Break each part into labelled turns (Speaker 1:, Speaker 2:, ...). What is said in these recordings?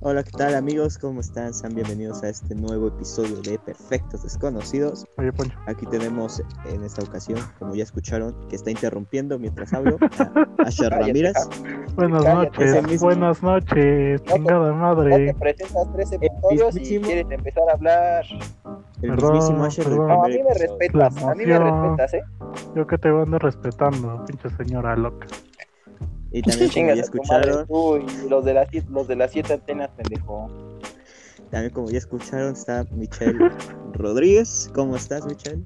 Speaker 1: Hola, ¿qué tal amigos? ¿Cómo están? Sean bienvenidos a este nuevo episodio de Perfectos Desconocidos.
Speaker 2: Oye, Poncho.
Speaker 1: Aquí tenemos en esta ocasión, como ya escucharon, que está interrumpiendo mientras hablo, a
Speaker 3: Ah,
Speaker 1: Asher Ramírez.
Speaker 2: Buenas
Speaker 3: Cállate,
Speaker 1: ese
Speaker 2: noches,
Speaker 1: mismo.
Speaker 2: buenas noches,
Speaker 3: No te-
Speaker 2: chingada
Speaker 3: Ya te
Speaker 2: madre.
Speaker 3: presentas
Speaker 2: Eh,
Speaker 3: tres episodios y
Speaker 1: mismísimo.
Speaker 3: quieres empezar a hablar.
Speaker 1: El
Speaker 2: Perdón,
Speaker 1: mismísimo Asher del
Speaker 2: perdón.
Speaker 3: No, a
Speaker 1: primer
Speaker 3: mí me
Speaker 1: episodio.
Speaker 3: respetas, a mí me
Speaker 2: emoción.
Speaker 3: respetas, ¿eh?
Speaker 2: Yo que te ando respetando, pinche señora loca.
Speaker 1: Y también, como
Speaker 3: Chingas
Speaker 1: ya
Speaker 3: a tu madre
Speaker 1: escucharon,
Speaker 3: tú y los de las siete, los de las siete antenas, pendejo.
Speaker 1: también como ya escucharon, está Michelle Rodríguez. ¿Cómo estás, Michelle?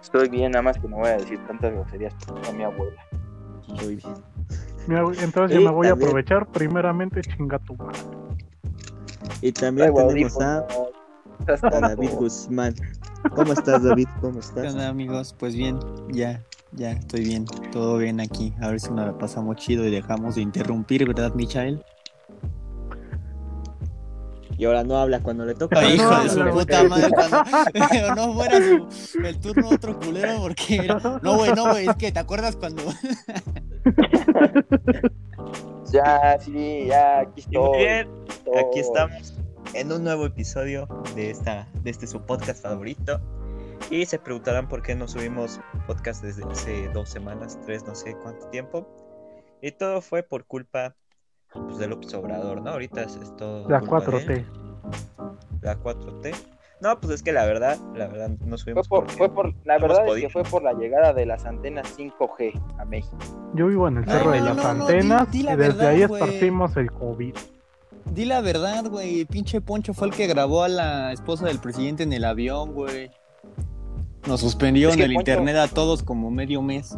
Speaker 3: Estoy bien, nada más que no voy a decir tantas groserías a mi abuela.
Speaker 1: Muy bien.
Speaker 2: Mira, güey, Entonces
Speaker 1: Y
Speaker 2: yo me voy a
Speaker 1: también-
Speaker 2: aprovechar primeramente, chinga tu madre.
Speaker 1: Y también
Speaker 3: Traigo
Speaker 1: tenemos a,
Speaker 3: audífonos.
Speaker 1: a David Guzmán. ¿Cómo estás, David? ¿Cómo
Speaker 4: ¿Qué
Speaker 1: estás?
Speaker 4: onda, amigos? Pues bien, ya, ya, estoy bien, todo bien aquí. A ver si nos la pasamos chido y dejamos de interrumpir, ¿verdad, Michael?
Speaker 1: Y ahora no habla cuando le toca.
Speaker 4: Ay, hijo de su
Speaker 2: no,
Speaker 4: puta
Speaker 2: no.
Speaker 4: madre, cuando no fuera su- el turno de otro culero, porque era- No, güey, no, güey, es que te acuerdas cuando.
Speaker 3: Ya, sí, ya, aquí estoy. estoy.
Speaker 1: Aquí estamos en un nuevo episodio de esta de este su podcast favorito. Y se preguntarán por qué no subimos podcast desde hace dos semanas, tres, no sé cuánto tiempo. Y todo fue por culpa pues, de López Obrador, ¿no? Ahorita es, es todo.
Speaker 2: La
Speaker 1: culpa de él,
Speaker 2: 4T.
Speaker 1: La 4T. No, pues es que la verdad, la verdad, no
Speaker 3: Fue
Speaker 1: subimos.
Speaker 3: por,
Speaker 1: porque-
Speaker 3: fue por, la
Speaker 1: hemos
Speaker 3: verdad es
Speaker 1: podido.
Speaker 3: que fue por la llegada de las antenas 5G a México.
Speaker 2: Yo vivo en el
Speaker 4: No,
Speaker 2: Cerro de
Speaker 4: no,
Speaker 2: las
Speaker 4: no, no, di-
Speaker 2: Antenas
Speaker 4: di la
Speaker 2: y desde
Speaker 4: verdad,
Speaker 2: ahí
Speaker 4: güey.
Speaker 2: esparcimos el COVID.
Speaker 4: Di la verdad, güey, pinche Poncho fue el que grabó a la esposa del presidente en el avión, güey. Nos suspendió
Speaker 3: Es
Speaker 4: en
Speaker 3: que
Speaker 4: el
Speaker 3: Poncho-
Speaker 4: internet a todos como medio mes.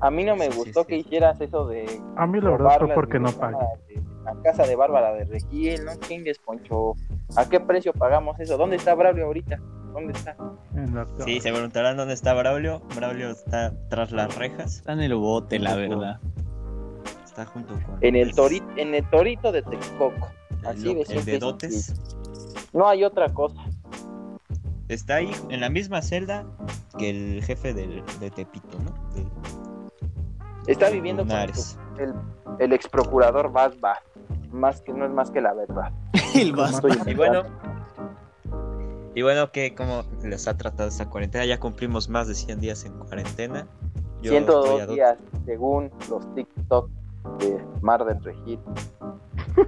Speaker 3: A mí no me
Speaker 1: Sí, sí,
Speaker 3: gustó
Speaker 1: sí.
Speaker 3: que hicieras eso de
Speaker 2: A mí la verdad
Speaker 3: robar
Speaker 2: fue
Speaker 3: las
Speaker 2: porque no pagué.
Speaker 3: manzanas de La casa de Bárbara de Regil, no chingues, Poncho. ¿A qué precio pagamos eso? ¿Dónde está Braulio ahorita? ¿Dónde está?
Speaker 2: en la-
Speaker 1: Sí, se preguntarán dónde está Braulio. Braulio está tras las rejas.
Speaker 4: Está en el bote, la verdad.
Speaker 1: Está junto con.
Speaker 3: En el torito, en el torito de Texcoco. así de
Speaker 1: el, el
Speaker 3: simple
Speaker 1: de
Speaker 3: y
Speaker 1: dotes.
Speaker 3: No hay otra cosa.
Speaker 1: está ahí en la misma celda que el jefe del, de Tepito, ¿no? De-
Speaker 3: Está
Speaker 1: de
Speaker 3: viviendo con
Speaker 1: Lunares.
Speaker 3: El, el ex procurador Bas Bas. Más que no es más que la verdad.
Speaker 4: El vaso.
Speaker 3: Estoy
Speaker 1: Y bueno, y bueno, que como les ha tratado esta cuarentena, ya cumplimos más de 100 días en cuarentena. Yo estoy a
Speaker 3: 102
Speaker 1: do-
Speaker 3: días según los TikTok de Mar del Regil.
Speaker 1: Yo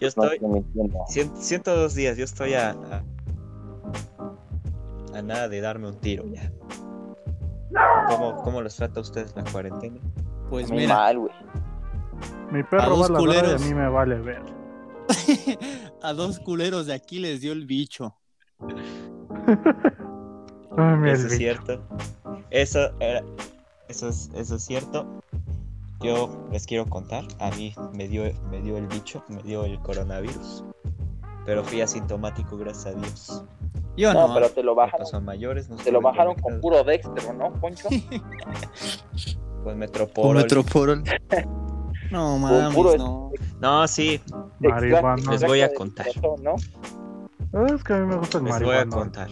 Speaker 3: No
Speaker 1: estoy
Speaker 3: estoy mintiendo.
Speaker 1: cien- 102 días, yo estoy a, a a nada de darme un tiro ya. ¿Cómo, cómo los trata a ustedes la cuarentena?
Speaker 4: Pues
Speaker 3: Muy
Speaker 4: mira,
Speaker 3: mal, güey.
Speaker 2: Mi
Speaker 4: A
Speaker 2: perro
Speaker 4: dos
Speaker 2: va a ladrar y a
Speaker 4: culeros.
Speaker 2: mí me vale ver.
Speaker 4: a dos culeros de aquí les dio el bicho.
Speaker 2: Ay, mi
Speaker 1: Eso es
Speaker 2: Elvis.
Speaker 1: cierto. Eso, era- eso, es, eso es cierto. Yo les quiero contar. A mí me dio, me dio el bicho, me dio el coronavirus. Pero fui asintomático, gracias a Dios.
Speaker 4: Yo
Speaker 3: No,
Speaker 4: no.
Speaker 3: pero te lo
Speaker 1: No
Speaker 3: bajaron.
Speaker 1: pasó a mayores. No
Speaker 3: Te lo
Speaker 1: estuve
Speaker 3: bajaron con
Speaker 1: conectado.
Speaker 3: puro Dexter, ¿no, Poncho?
Speaker 1: Con
Speaker 4: Por
Speaker 1: Metroporol.
Speaker 4: Metroporol. No mames,
Speaker 3: puro-
Speaker 4: no.
Speaker 1: No, sí.
Speaker 2: Marihuana. Ah,
Speaker 1: Les voy a
Speaker 3: Exacto,
Speaker 1: contar.
Speaker 3: corazón, ¿no?
Speaker 2: Es que a mí me gusta el
Speaker 1: Les voy a
Speaker 2: marihuana.
Speaker 1: contar.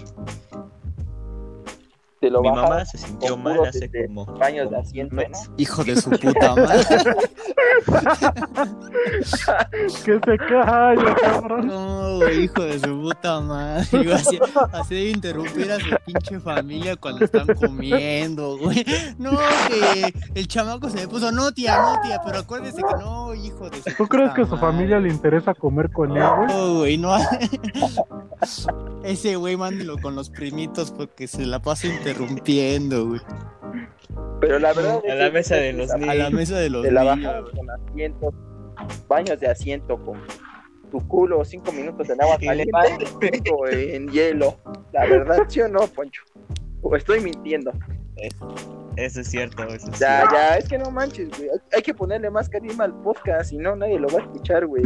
Speaker 3: Te lo
Speaker 1: Mi
Speaker 3: bajaron
Speaker 1: mamá se sintió
Speaker 3: con
Speaker 1: mal
Speaker 3: puros,
Speaker 1: hace
Speaker 3: este,
Speaker 1: como.
Speaker 3: baños de
Speaker 1: como un
Speaker 3: asiento,
Speaker 1: mes.
Speaker 3: ¿no?
Speaker 4: Hijo de su puta madre.
Speaker 2: Que se calle, cabrón.
Speaker 4: No, güey, hijo de su puta madre. Yo así, así de interrumpir a su pinche familia cuando están comiendo, güey. No, que el chamaco se le puso, no, tía, no, tía, pero acuérdese que no, hijo de su
Speaker 2: ¿Tú crees
Speaker 4: puta
Speaker 2: que a su
Speaker 4: madre".
Speaker 2: familia le interesa comer con él, güey?
Speaker 4: No, güey, no. Ese güey, mándelo con los primitos porque se la pasa interrumpiendo, güey.
Speaker 3: Pero la verdad
Speaker 1: A
Speaker 3: es
Speaker 1: la
Speaker 3: que-
Speaker 1: mesa de los
Speaker 4: A la mesa de los
Speaker 3: Te la
Speaker 4: niños.
Speaker 3: bajaron con asientos, baños de asiento con tu culo, cinco minutos en agua caliente, cinco en hielo. La verdad, ¿sí o no, Poncho? O estoy mintiendo.
Speaker 1: Eso es cierto. Eso es
Speaker 3: Ya,
Speaker 1: cierto.
Speaker 3: ya, es que no manches, güey. Hay que ponerle más carisma al podcast, si no, nadie lo va a escuchar, güey.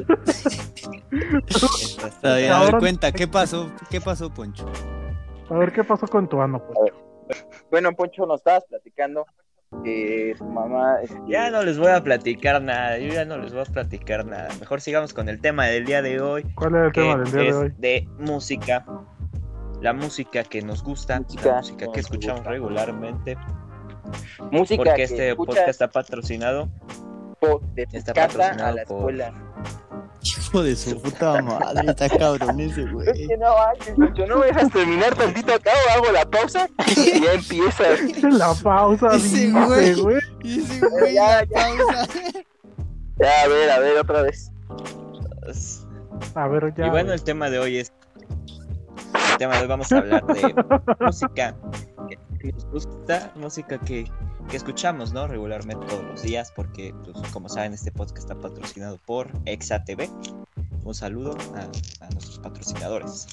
Speaker 1: Estás-
Speaker 4: Está bien, a ver,
Speaker 2: Cabrón.
Speaker 4: cuenta, ¿qué pasó? ¿Qué pasó, Poncho?
Speaker 2: A ver qué pasó con tu ano, pues.
Speaker 3: Bueno, Poncho, nos estabas platicando que tu mamá. este,
Speaker 1: Ya no les voy a platicar nada, yo ya no les voy a platicar nada. Mejor sigamos con el tema del día de hoy,
Speaker 2: ¿Cuál era el
Speaker 1: que
Speaker 2: tema del día
Speaker 1: es
Speaker 2: de hoy?
Speaker 1: de música. La música que nos gusta,
Speaker 3: Música
Speaker 1: la música
Speaker 3: que
Speaker 1: que
Speaker 3: nos
Speaker 1: escuchamos
Speaker 3: gusta.
Speaker 1: regularmente,
Speaker 3: Música
Speaker 1: Porque
Speaker 3: que
Speaker 1: este
Speaker 3: escuchas
Speaker 1: podcast está patrocinado.
Speaker 3: po- de tu
Speaker 1: está
Speaker 3: casa a
Speaker 1: patrocinado
Speaker 3: la
Speaker 1: por-
Speaker 3: escuela.
Speaker 4: Hijo de su puta madre, está cabrón ese güey.
Speaker 3: no yo no me dejas terminar tantito acá o hago la pausa y ya empiezas.
Speaker 2: La pausa,
Speaker 4: Ese
Speaker 2: dice,
Speaker 4: güey.
Speaker 2: güey.
Speaker 4: Y ese güey
Speaker 3: Ya,
Speaker 4: la pausa.
Speaker 3: Ya, a ver, a ver, otra vez.
Speaker 2: A ver, ya.
Speaker 1: y bueno, el tema de hoy es. El tema de hoy vamos a hablar de música que nos gusta, música que, que escuchamos, ¿no? Regularmente todos los días, porque, pues, como saben, este podcast está patrocinado por ExaTV. Un saludo a, a nuestros patrocinadores.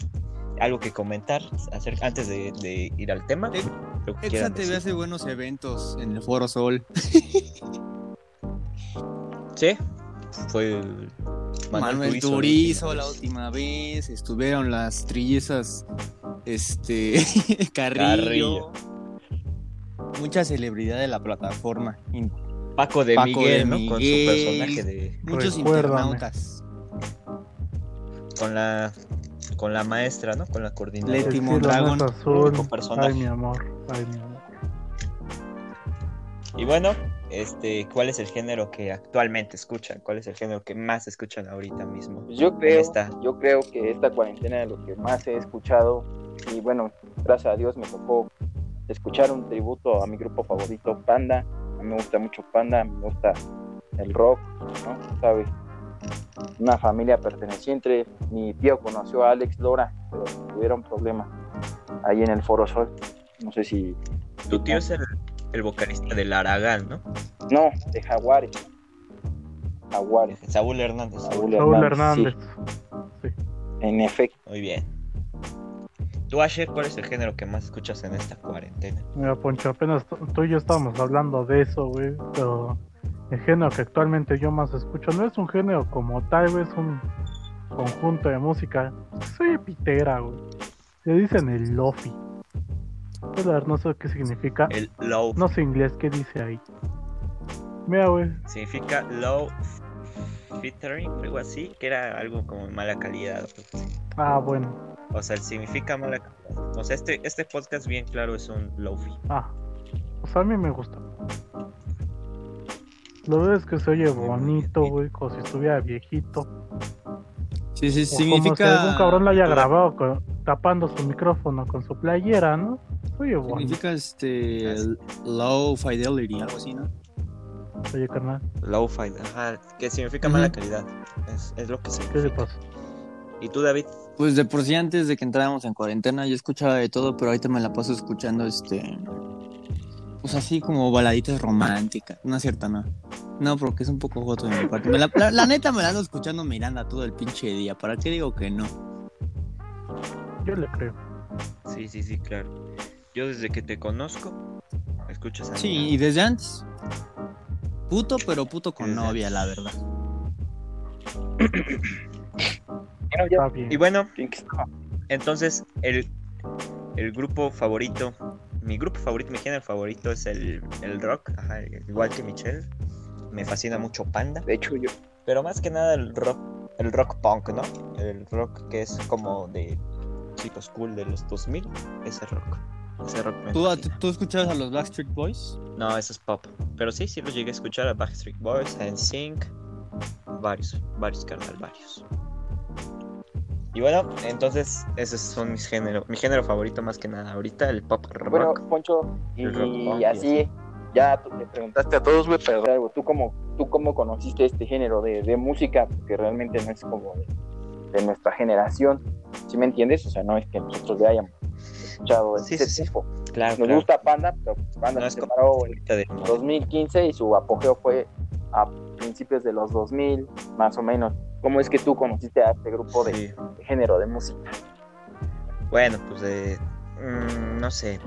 Speaker 1: ¿Algo que comentar acerca, antes de, de ir al tema?
Speaker 4: Ex-
Speaker 1: Lo que
Speaker 4: Exa
Speaker 1: quieran
Speaker 4: TV
Speaker 1: decir.
Speaker 4: hace buenos eventos en el Foro Sol.
Speaker 1: Sí, fue el
Speaker 4: Manuel
Speaker 1: Turizo,
Speaker 4: Turizo
Speaker 1: ¿no?
Speaker 4: la última vez. Estuvieron las trillizas. Este.
Speaker 1: Carrillo.
Speaker 4: Carrillo. Mucha celebridad de la plataforma. in-
Speaker 1: Paco de
Speaker 4: Paco
Speaker 1: Miguel,
Speaker 4: de
Speaker 1: ¿no? Con su
Speaker 4: Miguel.
Speaker 1: personaje de.
Speaker 4: Muchos
Speaker 2: Recuérdame.
Speaker 4: internautas.
Speaker 1: Con la. Con la maestra, ¿no? Con la coordinadora.
Speaker 4: Leti.
Speaker 2: El
Speaker 4: Timón
Speaker 2: cielo no
Speaker 4: Dragón,
Speaker 2: es azul.
Speaker 1: único personaje.
Speaker 2: Ay, mi amor. Ay, mi amor.
Speaker 1: Y bueno, este, ¿cuál es el género que actualmente escuchan? ¿Cuál es el género que más escuchan ahorita mismo?
Speaker 3: Yo creo,
Speaker 1: está.
Speaker 3: yo creo que esta cuarentena de lo que más he escuchado, y bueno, gracias a Dios me tocó escuchar un tributo a mi grupo favorito, Panda. A mí me gusta mucho Panda, me gusta el rock, ¿no? ¿Sabes? Una familia perteneciente. Mi tío conoció a Alex Lora, pero tuvieron problemas ahí en el Foro Sol. No sé si.
Speaker 1: Tu tío es el, el vocalista del Aragán, ¿no?
Speaker 3: No, de Jaguares. Jaguares.
Speaker 1: Saúl Hernández.
Speaker 3: Saúl
Speaker 2: Saúl Hernández.
Speaker 3: Hernández, sí, en efecto.
Speaker 1: Muy bien. Tú, Asher, ¿cuál es el género que más escuchas en esta cuarentena?
Speaker 2: Mira, Poncho, apenas t- tú y yo estábamos hablando de eso, güey. Pero el género que actualmente yo más escucho no es un género como tal, güey, es un conjunto de música. Soy epitera, güey. Le dicen el lofi. Yo la verdad no sé qué significa.
Speaker 1: El low.
Speaker 2: No sé inglés qué dice ahí. Mira, güey.
Speaker 1: Significa low featuring, algo así, que era algo como mala calidad.
Speaker 2: Ah, bueno.
Speaker 1: O sea, significa mala calidad. O sea, este, este podcast bien claro es un lofi.
Speaker 2: Ah. O sea, a mí me gusta. Lo veo es que se oye bonito, güey, como si estuviera viejito.
Speaker 4: Sí, sí,
Speaker 2: O Como si algún
Speaker 4: significa.
Speaker 2: cabrón lo haya grabado con- tapando su micrófono con su playera, ¿no? Oye, bonito.
Speaker 4: Significa este. Low fidelity, algo así, ¿no?
Speaker 2: Oye, carnal,
Speaker 1: Low fight, ajá, que significa
Speaker 4: Ujú.
Speaker 1: mala calidad. Es, es lo que
Speaker 2: ¿qué le
Speaker 1: significa.
Speaker 2: pasa?
Speaker 1: ¿Y tú, David?
Speaker 4: Pues de por sí antes de que entráramos en cuarentena yo escuchaba de todo, pero ahorita me la paso escuchando este pues así como baladitas románticas, no es cierto, no. No, porque es un poco joto de mi parte. Me la, la- la neta me la ando escuchando Miranda todo el pinche día. ¿Para qué digo que no?
Speaker 2: Yo le creo.
Speaker 1: Sí, sí, sí, claro. Yo desde que te conozco, escuchas a
Speaker 4: Sí,
Speaker 1: mí.
Speaker 4: y desde antes. Puto, pero puto con
Speaker 1: Desde
Speaker 4: novia, la verdad.
Speaker 3: Bueno, ya
Speaker 2: Está bien.
Speaker 1: Y bueno,
Speaker 3: ¿quién que estaba?
Speaker 1: entonces el, el grupo favorito, mi grupo favorito, mi género favorito es el, el rock, ajá, igual que Michelle. Me fascina mucho Panda,
Speaker 3: De hecho, yo
Speaker 1: pero más que nada el rock, el rock punk, ¿no? El rock que es como de chicos cool de los 2000, ese rock. Ese rock me
Speaker 4: ¿Tú,
Speaker 1: fascina.
Speaker 4: tú escuchabas a los Backstreet Boys?
Speaker 1: No, eso es pop. Pero sí, sí lo llegué a escuchar a Backstreet Boys, a NSYNC, varios, varios carnal, varios. Y bueno, entonces esos son mis géneros. Mi género favorito más que nada ahorita, el pop rock.
Speaker 3: Bueno, Poncho, y,
Speaker 1: El rock punk y
Speaker 3: así, ya tú le preguntaste a todos, güey, pero algo, ¿tú cómo, ¿tú cómo conociste este género de, de música? Porque realmente no es como de, de nuestra generación, ¿sí me entiendes? O sea, no es que nosotros ya hayamos escuchado
Speaker 1: Sí,
Speaker 3: ese
Speaker 1: sí, sí.
Speaker 3: tipo.
Speaker 1: claro,
Speaker 3: Nos
Speaker 1: claro.
Speaker 3: gusta Panda, pero pues
Speaker 1: No
Speaker 3: Panda se
Speaker 1: es como-
Speaker 3: separó en
Speaker 1: Ahorita de moda.
Speaker 3: 2015 y su apogeo fue a principios de los 2000, más o menos. ¿Cómo es que tú conociste a este grupo de,
Speaker 1: Sí.
Speaker 3: de género de música?
Speaker 1: Bueno, pues eh, mm, no sé,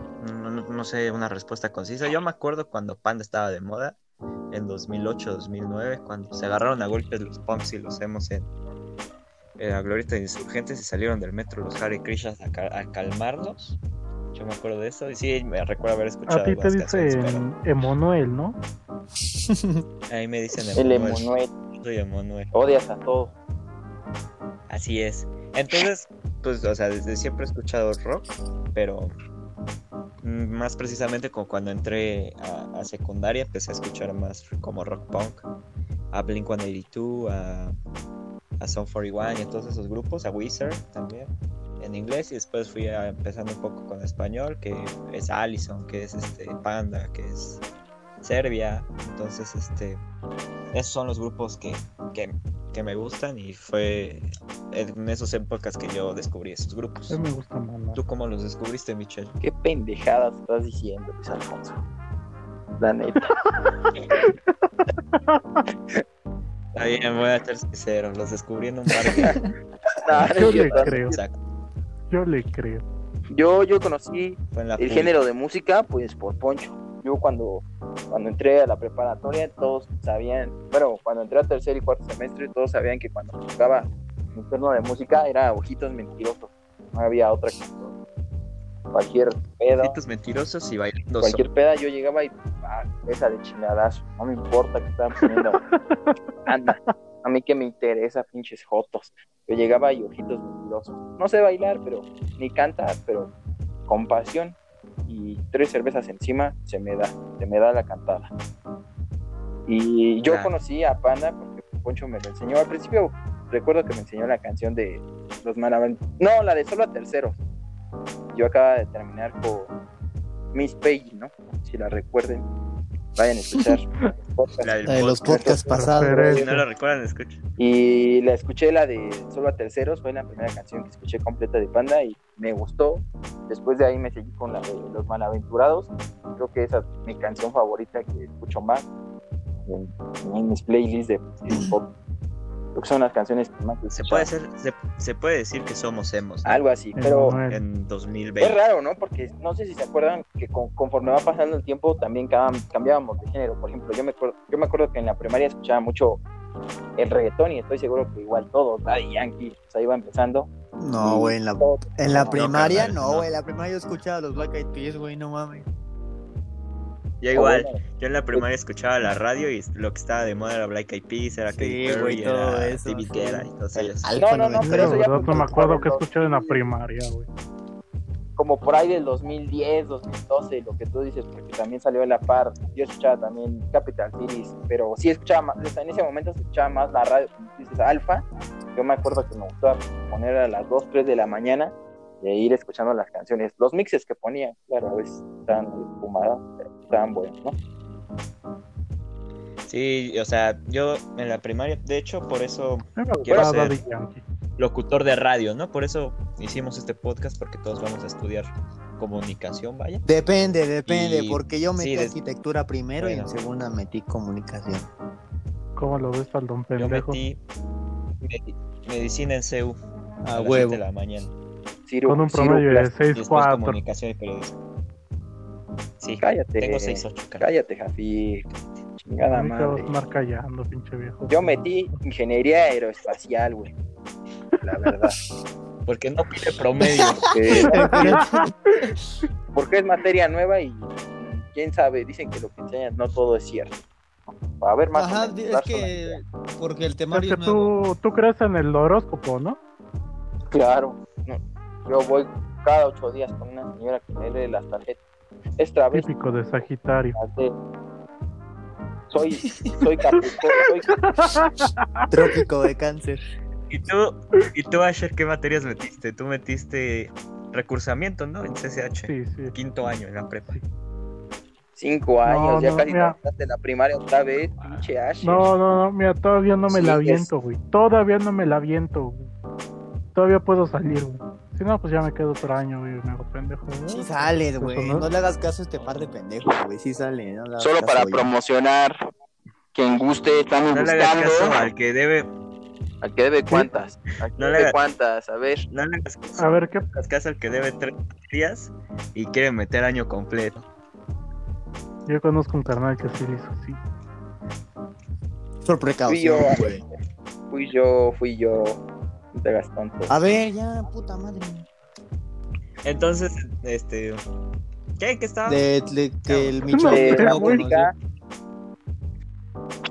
Speaker 1: no, no- no sé una respuesta concisa. Yo me acuerdo cuando Panda estaba de moda, en 2008, 2009, cuando se agarraron a golpes los pumps y los hemos en eh, a Glorieta de Insurgentes y salieron del metro los Hare Krishnas a, ca- a calmarlos. Yo me acuerdo de eso y sí, me recuerdo haber escuchado.
Speaker 2: a ti te
Speaker 1: algunas canciones,
Speaker 2: dicen Emanuel, ¿no?
Speaker 1: pero ahí me dicen
Speaker 3: El
Speaker 1: Emanuel.
Speaker 3: Emanuel,
Speaker 1: Yo soy Emanuel.
Speaker 3: odias a todos.
Speaker 1: Así es. Entonces, pues, o sea, desde siempre he escuchado rock, pero Mm, Más precisamente como cuando entré a, a secundaria, empecé a escuchar más como rock punk, a Blink 182, a, a Sound 41 y a todos esos grupos, a Wizard también en inglés y después fui a- empezando un poco con español, que es Allison, que es este Panda, que es Serbia. Entonces, este, esos son los grupos que, que, que me gustan y fue en esas épocas que yo descubrí esos grupos.
Speaker 2: A mí me gusta Maná.
Speaker 1: ¿Tú cómo los descubriste, Michelle?
Speaker 3: Qué pendejadas estás diciendo, Luis Alfonso. La neta.
Speaker 1: Está bien, voy a ser sincero, los descubrí en un parque.
Speaker 3: No, no
Speaker 2: Yo
Speaker 3: es
Speaker 2: le
Speaker 3: cierto.
Speaker 2: creo,
Speaker 1: Exacto,
Speaker 2: yo le creo.
Speaker 3: yo, yo conocí
Speaker 1: fue en la
Speaker 3: el
Speaker 1: pública.
Speaker 3: género de música, pues por Poncho. Yo cuando, cuando entré a la preparatoria, todos sabían, bueno, cuando entré a tercer y cuarto semestre, todos sabían que cuando tocaba mi turno de música era ojitos mentirosos. No había otra canción. Cualquier pedo,
Speaker 1: Malditos mentirosos y bailando
Speaker 3: cualquier peda, yo llegaba y ah, esa de chingadazo. No me importa que estaban poniendo. Anda, a mí que me interesa, pinches jotos. Yo llegaba y ojitos mentirosos. No sé bailar, pero ni cantar, pero con pasión y tres cervezas encima se me da, se me da la cantada. Y yo
Speaker 1: Claro.
Speaker 3: conocí a Panda porque Poncho me lo enseñó. Al principio recuerdo que me enseñó la canción de los Manaban. No, la de solo a terceros. Yo acaba de terminar con Miss Peggy, ¿no? Si la recuerden, vayan a escuchar. el podcast.
Speaker 1: La del
Speaker 4: La de los podcasts pasados.
Speaker 1: Si no lo recuerdan, escuchen.
Speaker 3: Y la escuché la de Solo a Terceros, fue la primera canción que escuché completa de Panda y me gustó. Después de ahí me seguí con la de Los Malaventurados. Creo que esa es mi canción favorita que escucho más en, en mis playlists de, de pop. Creo que son las canciones que más
Speaker 1: Se
Speaker 3: escucho.
Speaker 1: puede, ser, se, se puede decir que somos emos ¿no?
Speaker 3: Algo así, pero
Speaker 2: Emanuel.
Speaker 1: en
Speaker 3: es
Speaker 1: 2020.
Speaker 3: raro, ¿no? Porque no sé si se acuerdan que con- conforme va pasando el tiempo también ca- cambiábamos de género. Por ejemplo, yo me, acuerdo, yo me acuerdo que en la primaria escuchaba mucho el reggaetón y estoy seguro que igual todos, Daddy Yankee, o sea, iba empezando.
Speaker 4: No, güey, en la,
Speaker 3: Todo-
Speaker 4: en la
Speaker 3: No,
Speaker 4: primaria
Speaker 1: carnal,
Speaker 4: no,
Speaker 1: no.
Speaker 4: güey. En la primaria yo escuchaba a los Black Eyed Peas, güey, no mames.
Speaker 1: Yo igual, yo en la primaria escuchaba la radio y lo que estaba de moda era Black Eyed Peas, era
Speaker 4: Sí,
Speaker 1: Katy Perry,
Speaker 4: güey, todo
Speaker 1: era
Speaker 4: eso,
Speaker 1: David
Speaker 4: sí.
Speaker 1: Guetta y todos ellos.
Speaker 3: No, no, no,
Speaker 2: Yo
Speaker 3: pero
Speaker 2: la
Speaker 3: eso ya
Speaker 2: verdad
Speaker 3: fue
Speaker 2: no me
Speaker 3: por-
Speaker 2: acuerdo que escuché en la primaria, güey.
Speaker 3: como por ahí del
Speaker 2: Ah.
Speaker 3: 2010, 2012, lo que tú dices, porque también salió a la par. Yo escuchaba también Capital Cities, pero sí escuchaba más, o sea, en ese momento se escuchaba más la radio, como tú dices, Alfa. Yo me acuerdo que me gustaba poner a las 2, 3 de la mañana e ir escuchando las canciones. Los mixes que ponían, claro, a veces estaban fumadas, pero estaban buenos, ¿no?
Speaker 1: Sí, o sea, yo en la primaria, de hecho, por eso,
Speaker 2: A mí me
Speaker 1: Quiero
Speaker 2: gustaba
Speaker 1: ser-
Speaker 2: Daddy Yankee.
Speaker 1: locutor de radio, ¿no? Por eso hicimos este podcast, porque todos vamos a estudiar comunicación, vaya.
Speaker 4: Depende, depende,
Speaker 1: Y-
Speaker 4: porque yo metí
Speaker 1: sí, des-
Speaker 4: arquitectura primero y
Speaker 1: Bueno.
Speaker 4: en segunda metí comunicación.
Speaker 2: ¿Cómo lo ves al don
Speaker 1: Yo
Speaker 2: pendejo?
Speaker 1: metí medi- medicina en CEU
Speaker 4: A
Speaker 1: las siete
Speaker 4: huevo.
Speaker 1: de la mañana.
Speaker 3: Ciro-
Speaker 2: Con un
Speaker 3: Ciro
Speaker 2: promedio de
Speaker 3: Plas-
Speaker 1: Y después
Speaker 2: 6-4.
Speaker 1: comunicación y periodismo. Sí,
Speaker 3: Cállate.
Speaker 1: tengo 6-8, carajo.
Speaker 3: Cállate, Jafi. Chingada
Speaker 2: Ahorita vas
Speaker 3: madre.
Speaker 2: a andar callando, pinche viejo.
Speaker 3: Yo metí ingeniería aeroespacial, güey. La verdad.
Speaker 1: Porque no pide promedio.
Speaker 3: Eh, porque es materia nueva y mm, quién sabe, dicen que lo que enseñan no todo es cierto. A ver, más o
Speaker 4: Ajá,
Speaker 3: menos, ¿eh?
Speaker 4: es
Speaker 3: darse una
Speaker 4: que
Speaker 3: idea.
Speaker 4: porque el
Speaker 2: Es
Speaker 4: temario
Speaker 2: que
Speaker 4: es
Speaker 2: tú,
Speaker 4: nuevo.
Speaker 2: tú crees en el horóscopo, ¿no?
Speaker 3: Claro, no, yo voy cada ocho días con una señora que me lee las tarjetas. Es travesti,
Speaker 2: Típico de Sagitario.
Speaker 3: las de- Soy, soy capricornio, soy
Speaker 4: Trópico de cáncer.
Speaker 1: ¿Y tú, y tú, Asher, qué materias metiste? Tú metiste recursamiento, ¿no? En CCH.
Speaker 2: Sí, sí.
Speaker 1: Quinto año en la prepa.
Speaker 3: cinco años,
Speaker 2: No,
Speaker 3: ya
Speaker 2: no,
Speaker 3: casi
Speaker 2: mira.
Speaker 3: terminaste la primaria otra vez, pinche Asher.
Speaker 2: No, no, no, mira, todavía no me
Speaker 3: Sí,
Speaker 2: la
Speaker 3: es-
Speaker 2: aviento, güey. Todavía no me la aviento, güey. Todavía puedo salir, güey. Si no, pues ya me quedo otro año, güey. Me hago pendejo, güey.
Speaker 4: Sí sales,
Speaker 2: Eso
Speaker 4: güey.
Speaker 2: no.
Speaker 4: No. le hagas caso a este par de pendejos, güey. Sí sale. no le hagas
Speaker 3: Solo
Speaker 4: caso,
Speaker 3: para
Speaker 4: oye.
Speaker 3: promocionar. Quien guste, estamos
Speaker 1: No le hagas
Speaker 3: buscando.
Speaker 1: caso al que debe.
Speaker 3: ¿A qué debe cuántas? ¿A qué
Speaker 1: No le
Speaker 3: debe
Speaker 1: hagas-
Speaker 3: cuántas? A ver.
Speaker 1: No le hagas caso,
Speaker 2: A ver, ¿qué?
Speaker 1: no le hagas caso al que debe tres días y quiere meter año completo.
Speaker 2: Yo conozco un carnal que sí lo hizo, sí.
Speaker 4: Por
Speaker 3: Fui yo,
Speaker 4: precaución,
Speaker 3: a-
Speaker 4: güey.
Speaker 3: fui yo, fui yo. No te hagas tonto.
Speaker 4: A ver, ya, puta madre.
Speaker 1: Entonces, este. ¿Qué? ¿Qué estaba?
Speaker 4: De, de- que el Micho.
Speaker 2: sé,
Speaker 3: Eh,
Speaker 2: pero
Speaker 3: la
Speaker 2: no, güey.
Speaker 3: música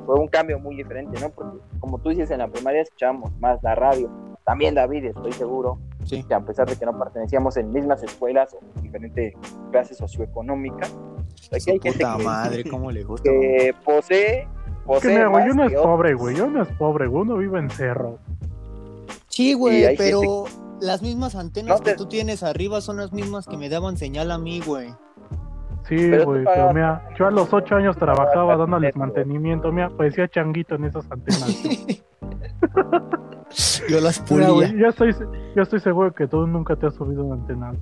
Speaker 3: fue un cambio muy diferente, ¿no? Porque como tú dices, en la primaria escuchábamos más la radio. También David, estoy seguro.
Speaker 4: Sí.
Speaker 3: que a pesar de que no pertenecíamos en mismas escuelas o en diferentes clases socioeconómicas, aquí hay
Speaker 4: Su
Speaker 3: gente
Speaker 4: puta
Speaker 3: que,
Speaker 4: madre, cómo le gusta.
Speaker 3: que posee,
Speaker 2: Que
Speaker 3: posee
Speaker 2: mira, güey,
Speaker 3: más
Speaker 2: uno
Speaker 3: que
Speaker 2: es
Speaker 3: otro.
Speaker 2: pobre, güey. Uno es pobre, güey. Uno vive en cerro.
Speaker 4: Sí,
Speaker 3: Y
Speaker 4: güey,
Speaker 3: hay
Speaker 4: pero
Speaker 3: gente
Speaker 4: las mismas antenas
Speaker 3: No pues te-
Speaker 4: que tú tienes arriba son las mismas que me daban señal a mí, güey.
Speaker 2: Sí,
Speaker 3: Pero tú
Speaker 2: güey. Pero
Speaker 3: pagas-
Speaker 2: mira, yo a los ocho años trabajaba
Speaker 3: pagas
Speaker 2: dándoles
Speaker 3: neto, güey.
Speaker 2: mantenimiento. Mira, parecía changuito en esas antenas.
Speaker 4: Yo las
Speaker 2: Mira,
Speaker 4: pulía.
Speaker 2: güey, yo estoy, yo estoy seguro que tú nunca te has subido una antena.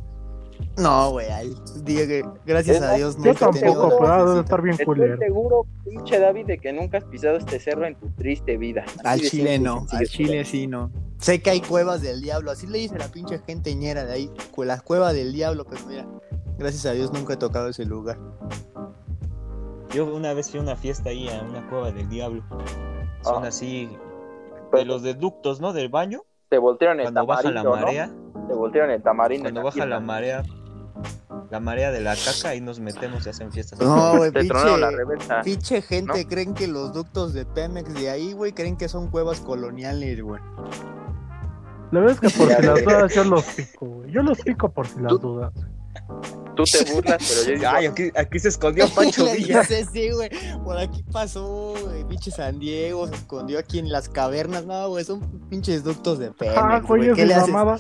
Speaker 4: No, güey, al- digo que gracias
Speaker 3: Es
Speaker 4: a
Speaker 3: más,
Speaker 4: Dios
Speaker 2: Yo
Speaker 4: nunca he tenido
Speaker 2: tampoco,
Speaker 4: la
Speaker 2: pero ha de
Speaker 4: necesidad.
Speaker 2: estar bien
Speaker 3: Estoy
Speaker 2: culero.
Speaker 3: seguro, pinche David, de que nunca has pisado este cerro en tu triste vida. Así
Speaker 4: Al
Speaker 3: de
Speaker 4: Chile
Speaker 3: simple y
Speaker 4: no,
Speaker 3: sencillo,
Speaker 4: al Chile sí no. Sé que hay cuevas del diablo, así le dice la pinche gente ñera de ahí, cu- la cueva del diablo, pero mira, gracias a Dios nunca he tocado ese lugar.
Speaker 1: Yo una vez fui a una fiesta ahí a una cueva del diablo. Son
Speaker 3: Ah.
Speaker 1: así de
Speaker 3: Pero-
Speaker 1: los deductos, ¿no? Del baño.
Speaker 3: Pues, Te voltearon el
Speaker 1: Cuando baja
Speaker 3: tamarindo,
Speaker 1: la
Speaker 3: ¿no?
Speaker 1: marea.
Speaker 3: Te voltearon el tamarindo.
Speaker 1: Cuando
Speaker 3: en
Speaker 1: baja la
Speaker 3: fiesta.
Speaker 1: marea. La marea de la caca y nos metemos y hacen fiestas.
Speaker 4: No, güey,
Speaker 3: Te
Speaker 4: pinche,
Speaker 3: tronaron la reversa.
Speaker 4: pinche gente creen que los ductos de Pemex de ahí, güey, creen que son cuevas coloniales, güey.
Speaker 2: La verdad es que por
Speaker 3: Ya,
Speaker 2: si las
Speaker 3: güey.
Speaker 2: dudas yo los pico, güey. Yo los pico por si las dudas.
Speaker 3: Tú te burlas, pero yo digo,
Speaker 1: Ay, aquí, aquí se escondió Pancho
Speaker 4: Le
Speaker 1: Villa.
Speaker 4: dice, sí, güey, por aquí pasó, güey, pinche San Diego, se escondió aquí en las cavernas, no, güey, son pinches ductos de Pemex,
Speaker 2: Ah,
Speaker 4: güey,
Speaker 2: güey, es
Speaker 4: ¿qué
Speaker 2: mi
Speaker 4: le haces?
Speaker 2: mamada.